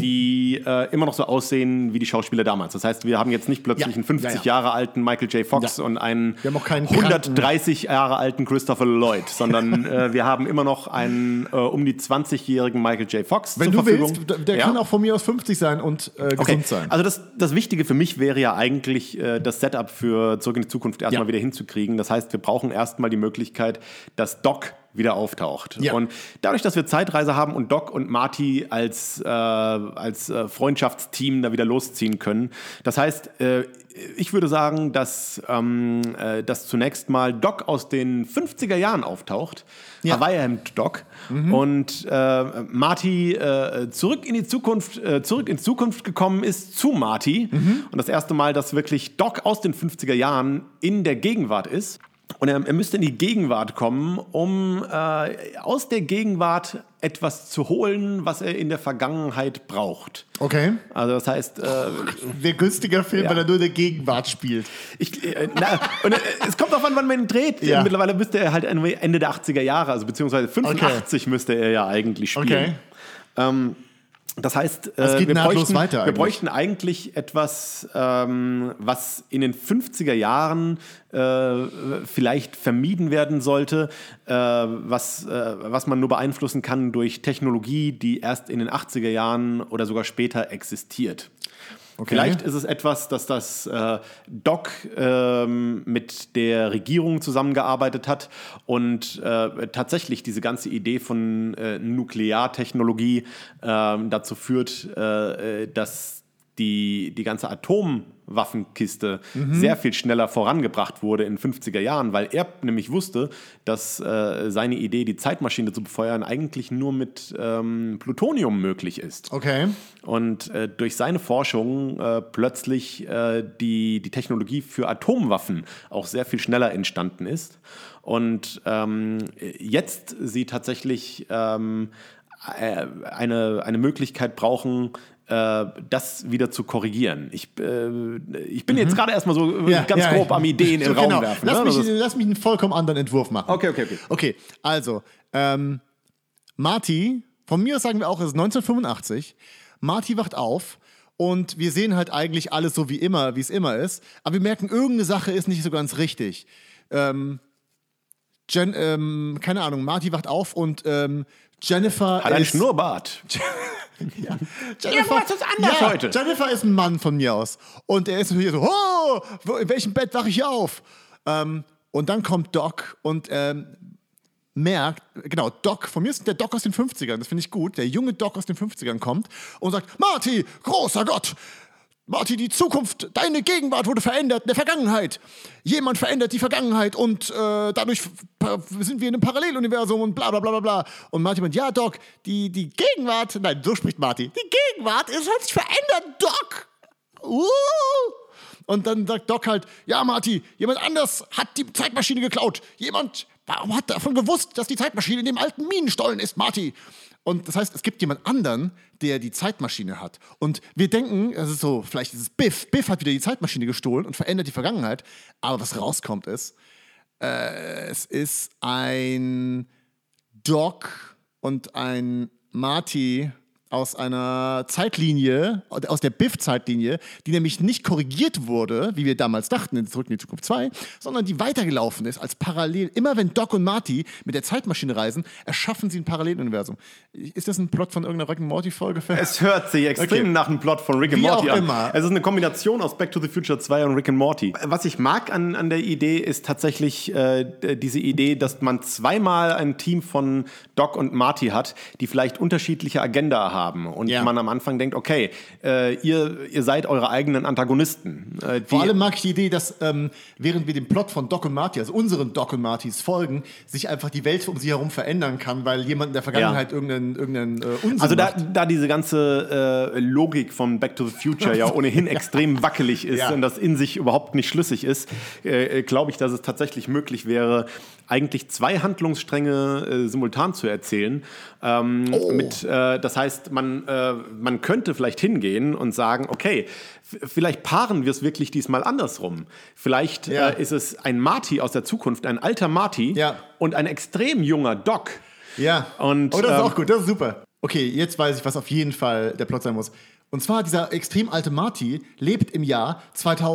[SPEAKER 2] die äh, immer noch so aussehen wie die Schauspieler damals. Das heißt, wir haben jetzt nicht plötzlich
[SPEAKER 1] Ja,
[SPEAKER 2] einen 50
[SPEAKER 1] ja, ja.
[SPEAKER 2] Jahre alten Michael J. Fox
[SPEAKER 1] Ja.
[SPEAKER 2] und einen
[SPEAKER 1] Wir haben auch keinen
[SPEAKER 2] 130 Jahre alten Christopher Lloyd, sondern äh, wir haben immer noch einen äh, um die 20-jährigen Michael J. Fox
[SPEAKER 1] Wenn
[SPEAKER 2] zur
[SPEAKER 1] du
[SPEAKER 2] Verfügung.
[SPEAKER 1] willst, der, der
[SPEAKER 2] Ja.
[SPEAKER 1] kann auch von mir aus 50 sein und äh, gesund
[SPEAKER 2] Okay.
[SPEAKER 1] sein.
[SPEAKER 2] Also das, das Wichtige für mich wäre ja eigentlich, äh, das Setup für Zurück in die Zukunft erstmal
[SPEAKER 1] Ja.
[SPEAKER 2] wieder hinzukriegen. Das heißt, wir brauchen erstmal die Möglichkeit, dass Doc wieder auftaucht.
[SPEAKER 1] Ja.
[SPEAKER 2] Und dadurch, dass wir Zeitreise haben und Doc und Marty als, äh, als äh, Freundschaftsteam da wieder losziehen können. Das heißt, äh, ich würde sagen, dass, ähm, äh, dass zunächst mal Doc aus den 50er Jahren auftaucht.
[SPEAKER 1] Ja.
[SPEAKER 2] Hawaii-Hemd-Doc. Und äh, Marty äh, zurück in die Zukunft, äh, zurück in Zukunft gekommen ist zu Marty. Und das erste Mal, dass wirklich Doc aus den 50er Jahren in der Gegenwart ist. Und er, er müsste in die Gegenwart kommen, um äh, aus der Gegenwart etwas zu holen, was er in der Vergangenheit braucht.
[SPEAKER 1] okay.
[SPEAKER 2] Also das heißt, äh,
[SPEAKER 1] Der günstiger Film,
[SPEAKER 2] Ja.
[SPEAKER 1] weil er nur in der Gegenwart spielt.
[SPEAKER 2] Ich, äh, na, und, äh, es kommt darauf an, wann man ihn dreht.
[SPEAKER 1] Ja.
[SPEAKER 2] Mittlerweile müsste er halt irgendwie Ende der 80er Jahre, also beziehungsweise 85 müsste er ja eigentlich spielen.
[SPEAKER 1] Okay.
[SPEAKER 2] Ähm, das heißt, äh,
[SPEAKER 1] geht
[SPEAKER 2] wir,
[SPEAKER 1] nahtlos
[SPEAKER 2] bräuchten,
[SPEAKER 1] weiter
[SPEAKER 2] wir
[SPEAKER 1] eigentlich.
[SPEAKER 2] bräuchten eigentlich etwas, ähm, was in den 50er Jahren äh, vielleicht vermieden werden sollte, äh, was, äh, was man nur beeinflussen kann durch Technologie, die erst in den 80er Jahren oder sogar später existiert. Vielleicht ist es etwas, dass das äh, Doc ähm, mit der Regierung zusammengearbeitet hat und äh, tatsächlich diese ganze Idee von äh, Nukleartechnologie ähm, dazu führt, äh, äh, dass die, die ganze Atomwaffenkiste sehr viel schneller vorangebracht wurde in 50er Jahren, weil er nämlich wusste, dass äh, seine Idee, die Zeitmaschine zu befeuern, eigentlich nur mit ähm, Plutonium möglich ist.
[SPEAKER 1] Okay.
[SPEAKER 2] Und äh, durch seine Forschung äh, plötzlich äh, die, die Technologie für Atomwaffen auch sehr viel schneller entstanden ist. Und ähm, jetzt sie tatsächlich ähm, äh, eine, eine Möglichkeit brauchen, äh, das wieder zu korrigieren. Ich, äh, ich bin jetzt gerade erstmal so äh,
[SPEAKER 1] Mhm. Ja,
[SPEAKER 2] ganz
[SPEAKER 1] ja,
[SPEAKER 2] grob
[SPEAKER 1] ja.
[SPEAKER 2] am Ideen in
[SPEAKER 1] So,
[SPEAKER 2] den Raum
[SPEAKER 1] genau.
[SPEAKER 2] werfen.
[SPEAKER 1] Lass,
[SPEAKER 2] ne?
[SPEAKER 1] mich,
[SPEAKER 2] Das ist-
[SPEAKER 1] lass mich einen vollkommen anderen Entwurf machen.
[SPEAKER 2] Okay, okay, okay.
[SPEAKER 1] Okay, also, ähm, Marty, von mir aus sagen wir auch, es ist 1985. Marty wacht auf und wir sehen halt eigentlich alles so wie immer, wie es immer ist. Aber wir merken, irgendeine Sache ist nicht so ganz richtig. Ähm, Jen, ähm, keine Ahnung, Marty wacht auf und ähm, Jennifer
[SPEAKER 2] hat einen
[SPEAKER 1] ist.
[SPEAKER 2] Schnurrbart.
[SPEAKER 1] Jennifer,
[SPEAKER 2] Irgendwas ist anders heute.
[SPEAKER 1] Jennifer ist ein Mann von mir aus. Und er ist natürlich so, oh, wo- in welchem Bett wache ich auf? Ähm, und dann kommt Doc und ähm, merkt, genau, Doc, von mir ist der Doc aus den 50ern, das finde ich gut, der junge Doc aus den 50ern kommt und sagt, Marty, großer Gott, Marty, die Zukunft, deine Gegenwart wurde verändert in der Vergangenheit. Jemand verändert die Vergangenheit und äh, dadurch f- pa- sind wir in einem Paralleluniversum und bla bla bla bla bla. Und Marty meint, ja, Doc, die, die Gegenwart, nein, so spricht Marty, die Gegenwart ist, hat sich verändert, Doc. Uh. Und dann sagt Doc halt, ja, Marty, jemand anders hat die Zeitmaschine geklaut. Jemand, warum hat davon gewusst, dass die Zeitmaschine in dem alten Minenstollen ist, Marty? Und das heißt, es gibt jemand anderen, der die Zeitmaschine hat. Und wir denken, es ist so, vielleicht ist es Biff. Biff hat wieder die Zeitmaschine gestohlen und verändert die Vergangenheit. Aber was rauskommt ist, äh, es ist ein Doc und ein Marty aus einer Zeitlinie, aus der Biff-Zeitlinie, die nämlich nicht korrigiert wurde, wie wir damals dachten in Zurück in die Zukunft 2, sondern die weitergelaufen ist als parallel. Immer wenn Doc und Marty mit der Zeitmaschine reisen, erschaffen sie ein Paralleluniversum. Ist das ein Plot von irgendeiner Rick and Morty-Folge?
[SPEAKER 2] Es hört sich extrem
[SPEAKER 1] Okay.
[SPEAKER 2] nach einem Plot von Rick and
[SPEAKER 1] Wie
[SPEAKER 2] Morty
[SPEAKER 1] auch
[SPEAKER 2] an.
[SPEAKER 1] immer.
[SPEAKER 2] Es ist eine Kombination aus Back to the Future 2 und Rick and Morty. Was ich mag an, an der Idee ist tatsächlich äh, diese Idee, dass man zweimal ein Team von Doc und Marty hat, die vielleicht unterschiedliche Agenda haben. Und
[SPEAKER 1] Ja.
[SPEAKER 2] man am Anfang denkt, okay, äh, ihr, ihr seid eure eigenen Antagonisten. Äh, die-
[SPEAKER 1] Vor allem mag ich die Idee, dass ähm, während wir dem Plot von Doc und Marty, also unseren Doc und Martys folgen, sich einfach die Welt um sie herum verändern kann, weil jemand in der Vergangenheit irgendeinen, irgendeinen äh, Unsinn
[SPEAKER 2] Also da,
[SPEAKER 1] macht.
[SPEAKER 2] da diese ganze äh, Logik von Back to the Future ja ohnehin extrem wackelig ist
[SPEAKER 1] Ja.
[SPEAKER 2] und das in sich überhaupt nicht schlüssig ist, äh, äh, glaube ich, dass es tatsächlich möglich wäre, eigentlich zwei Handlungsstränge äh, simultan zu erzählen. Ähm,
[SPEAKER 1] Oh.
[SPEAKER 2] mit, äh, das heißt, man, äh, man könnte vielleicht hingehen und sagen, okay, f- vielleicht paaren wir es wirklich diesmal andersrum. Vielleicht
[SPEAKER 1] Ja.
[SPEAKER 2] äh, ist es ein Marty aus der Zukunft, ein alter Marty
[SPEAKER 1] Ja.
[SPEAKER 2] und ein extrem junger Doc.
[SPEAKER 1] Ja.
[SPEAKER 2] Und,
[SPEAKER 1] oh, das ist
[SPEAKER 2] ähm,
[SPEAKER 1] auch gut, das ist super. Okay, jetzt weiß ich, was auf jeden Fall der Plot sein muss. Und zwar, dieser extrem alte Marty lebt im Jahr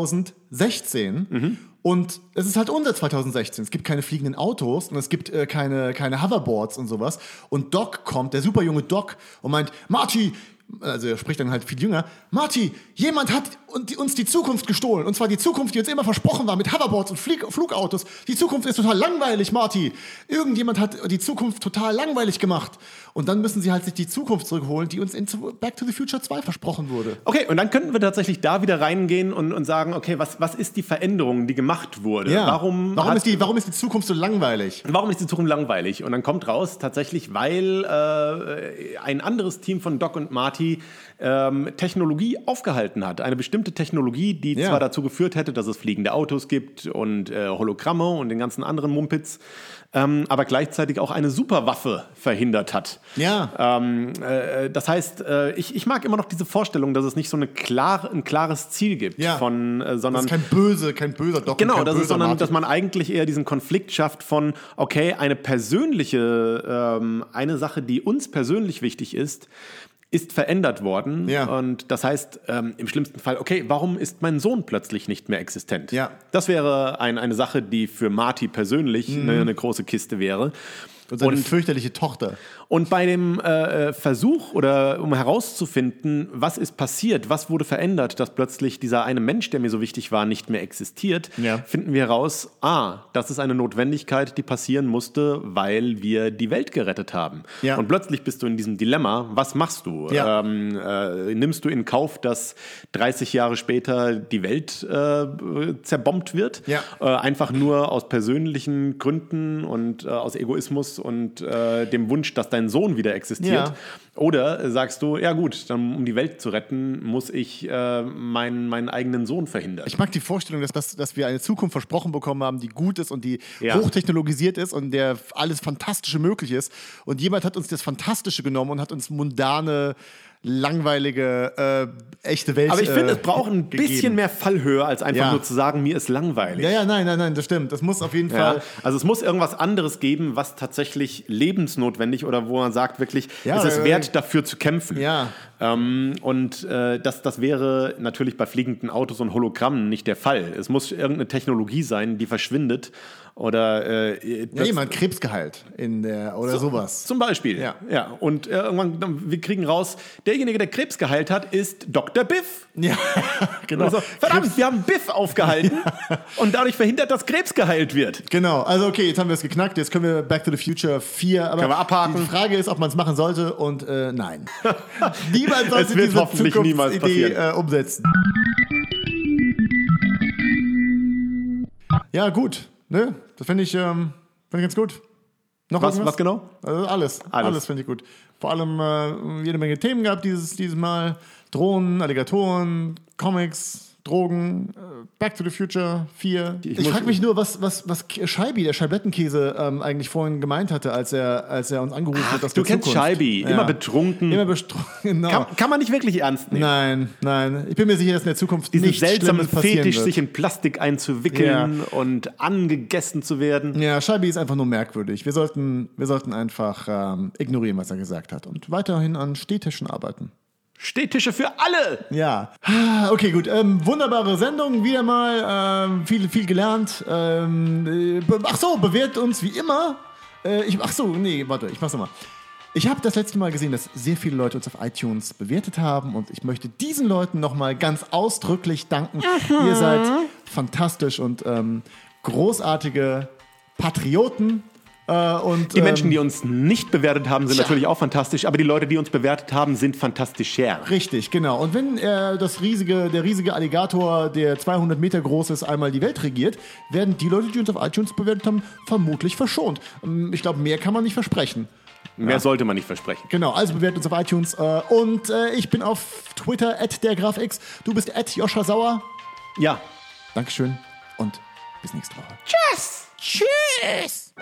[SPEAKER 1] 2016.
[SPEAKER 2] Mhm.
[SPEAKER 1] Und es ist halt unser 2016. Es gibt keine fliegenden Autos und es gibt äh, keine, keine Hoverboards und sowas. Und Doc kommt, der super junge Doc, und meint, Marty, also er spricht dann halt viel jünger, Marty, jemand hat un- die- uns die Zukunft gestohlen. Und zwar die Zukunft, die uns immer versprochen war mit Hoverboards und Flieg Flugautos. Die Zukunft ist total langweilig, Marty. Irgendjemand hat die Zukunft total langweilig gemacht. Und dann müssen sie halt sich die Zukunft zurückholen, die uns in Zu- Back to the Future 2 versprochen wurde.
[SPEAKER 2] Okay, und dann könnten wir tatsächlich da wieder reingehen und, und sagen, okay, was, was ist die Veränderung, die gemacht wurde? Warum,
[SPEAKER 1] warum,
[SPEAKER 2] hat,
[SPEAKER 1] ist die, warum ist die Zukunft so langweilig?
[SPEAKER 2] warum ist die Zukunft langweilig? Und dann kommt raus, tatsächlich, weil äh, ein anderes Team von Doc und Marty ähm, Technologie aufgehalten hat. Eine bestimmte Technologie, die
[SPEAKER 1] Ja.
[SPEAKER 2] zwar dazu geführt hätte, dass es fliegende Autos gibt und äh, Hologramme und den ganzen anderen Mumpitz, ähm, aber gleichzeitig auch eine Superwaffe verhindert hat.
[SPEAKER 1] Ja.
[SPEAKER 2] Ähm, äh, das heißt, äh, ich, ich mag immer noch diese Vorstellung, dass es nicht so eine klar, ein klares Ziel gibt,
[SPEAKER 1] Ja.
[SPEAKER 2] von, äh,
[SPEAKER 1] das
[SPEAKER 2] sondern
[SPEAKER 1] ist kein böse, kein böser Doc. und
[SPEAKER 2] Genau,
[SPEAKER 1] kein
[SPEAKER 2] das
[SPEAKER 1] böser
[SPEAKER 2] ist, sondern
[SPEAKER 1] Marty.
[SPEAKER 2] dass man eigentlich eher diesen Konflikt schafft von, okay, eine persönliche, ähm, eine Sache, die uns persönlich wichtig ist, ist verändert worden.
[SPEAKER 1] Ja.
[SPEAKER 2] Und das heißt, ähm, im schlimmsten Fall, okay, warum ist mein Sohn plötzlich nicht mehr existent?
[SPEAKER 1] Ja.
[SPEAKER 2] Das wäre ein, eine Sache, die für Marty persönlich eine, eine große Kiste wäre.
[SPEAKER 1] Mhm. und seine fürchterliche Tochter.
[SPEAKER 2] Und bei dem äh, äh, Versuch oder um herauszufinden, was ist passiert, was wurde verändert, dass plötzlich dieser eine Mensch, der mir so wichtig war, nicht mehr existiert,
[SPEAKER 1] Ja.
[SPEAKER 2] finden wir heraus, ah, das ist eine Notwendigkeit, die passieren musste, weil wir die Welt gerettet haben.
[SPEAKER 1] Ja.
[SPEAKER 2] Und plötzlich bist du in diesem Dilemma, was machst du?
[SPEAKER 1] Ja.
[SPEAKER 2] Ähm, äh, nimmst du in Kauf, dass 30 Jahre später die Welt äh, äh, zerbombt wird?
[SPEAKER 1] Ja.
[SPEAKER 2] Äh, einfach nur aus persönlichen Gründen und äh, aus Egoismus und äh, dem Wunsch, dass dein Sohn wieder existiert.
[SPEAKER 1] Ja.
[SPEAKER 2] Oder äh, sagst du, ja gut, dann, um die Welt zu retten, muss ich äh, meinen, meinen eigenen Sohn verhindern.
[SPEAKER 1] Ich mag die Vorstellung, dass, das, dass wir eine Zukunft versprochen bekommen haben, die gut ist und die
[SPEAKER 2] Ja.
[SPEAKER 1] hochtechnologisiert ist und der alles Fantastische möglich ist. Und jemand hat uns das Fantastische genommen und hat uns mundane, langweilige, äh, echte Welt.
[SPEAKER 2] aber ich finde,
[SPEAKER 1] äh,
[SPEAKER 2] es braucht ein
[SPEAKER 1] gegeben.
[SPEAKER 2] bisschen mehr Fallhöhe, als einfach
[SPEAKER 1] Ja.
[SPEAKER 2] nur zu sagen, mir ist langweilig.
[SPEAKER 1] Ja, ja, nein, nein, nein, das stimmt. Das muss auf jeden
[SPEAKER 2] Ja,
[SPEAKER 1] Fall.
[SPEAKER 2] also es muss irgendwas anderes geben, was tatsächlich lebensnotwendig oder wo man sagt wirklich,
[SPEAKER 1] Ja,
[SPEAKER 2] es ist
[SPEAKER 1] äh,
[SPEAKER 2] wert, dafür zu kämpfen.
[SPEAKER 1] Ja.
[SPEAKER 2] Ähm, und äh, das, das wäre natürlich bei fliegenden Autos und Hologrammen nicht der Fall. Es muss irgendeine Technologie sein, die verschwindet oder äh,
[SPEAKER 1] Ja,
[SPEAKER 2] plötzlich-
[SPEAKER 1] jemand Krebsgehalt in der oder sowas.
[SPEAKER 2] zum Beispiel.
[SPEAKER 1] Ja.
[SPEAKER 2] ja. Und äh, irgendwann, dann- wir kriegen raus, derjenige, der Krebs geheilt hat, ist Dr. Biff.
[SPEAKER 1] Ja, Genau.
[SPEAKER 2] Und so, verdammt, wir haben Biff aufgehalten und dadurch verhindert, dass Krebs geheilt wird.
[SPEAKER 1] Genau, also okay, jetzt haben wir es geknackt, jetzt können wir Back to the Future 4, aber
[SPEAKER 2] Können wir abhaken.
[SPEAKER 1] die Frage ist, ob man es machen sollte und äh, nein. Niemand sollte
[SPEAKER 2] Es wird
[SPEAKER 1] diese
[SPEAKER 2] hoffentlich niemals
[SPEAKER 1] Zukunftsidee äh,
[SPEAKER 2] passieren.
[SPEAKER 1] umsetzen. Ja, gut, ne? Das finde ich, ähm, find ich ganz gut. Noch
[SPEAKER 2] Was,
[SPEAKER 1] irgendwas?
[SPEAKER 2] was genau?
[SPEAKER 1] Also alles, alles, finde ich gut. Vor allem äh, jede Menge Themen gab dieses, dieses Mal. Drohnen, Alligatoren, Comics, Drogen, äh, Back to the Future 4. Ich,
[SPEAKER 2] muss-
[SPEAKER 1] frage mich nur, was, was, was K- Scheibi, der Scheiblettenkäse, ähm, eigentlich vorhin gemeint hatte, als er, als er uns angerufen hat. aus
[SPEAKER 2] du
[SPEAKER 1] der
[SPEAKER 2] kennst
[SPEAKER 1] Zukunft.
[SPEAKER 2] Scheibi, immer betrunken.
[SPEAKER 1] Immer betrunken, genau.
[SPEAKER 2] Kann, kann man nicht wirklich ernst nehmen.
[SPEAKER 1] Nein, nein. Ich bin mir sicher, dass in der Zukunft
[SPEAKER 2] Diesen
[SPEAKER 1] nichts
[SPEAKER 2] seltsamen
[SPEAKER 1] Schlimmes passieren
[SPEAKER 2] Fetisch,
[SPEAKER 1] wird.
[SPEAKER 2] sich in Plastik einzuwickeln und angegessen zu werden.
[SPEAKER 1] Ja, Scheibi ist einfach nur merkwürdig. Wir sollten, wir sollten einfach ähm, ignorieren, was er gesagt hat und weiterhin an Stehtischen arbeiten.
[SPEAKER 2] Stehtische für alle!
[SPEAKER 1] Ja. Ah, Okay, gut. Ähm, wunderbare Sendung, wieder mal. Ähm, viel, viel gelernt. Ähm, äh, be- ach so, bewährt uns wie immer. Äh, ich, ach so, nee, warte, ich mach's nochmal. Ich habe das letzte Mal gesehen, dass sehr viele Leute uns auf iTunes bewertet haben und ich möchte diesen Leuten nochmal ganz ausdrücklich danken. Ihr seid fantastisch und ähm, großartige Patrioten. Äh, und,
[SPEAKER 2] Die Menschen, die uns nicht bewertet haben, sind natürlich auch fantastisch, aber die Leute, die uns bewertet haben, sind fantastischer.
[SPEAKER 1] Richtig, genau. Und wenn äh, das riesige, der riesige Alligator, der 200 Meter groß ist, einmal die Welt regiert, werden die Leute, die uns auf iTunes bewertet haben, vermutlich verschont. Ähm, Ich glaube, mehr kann man nicht versprechen.
[SPEAKER 2] Mehr sollte man nicht versprechen.
[SPEAKER 1] Genau, also bewertet uns auf iTunes. Äh, und äh, ich bin auf Twitter, at der GrafX. Du bist at Joscha Sauer.
[SPEAKER 2] Ja,
[SPEAKER 1] Dankeschön und bis nächste Woche.
[SPEAKER 4] Tschüss!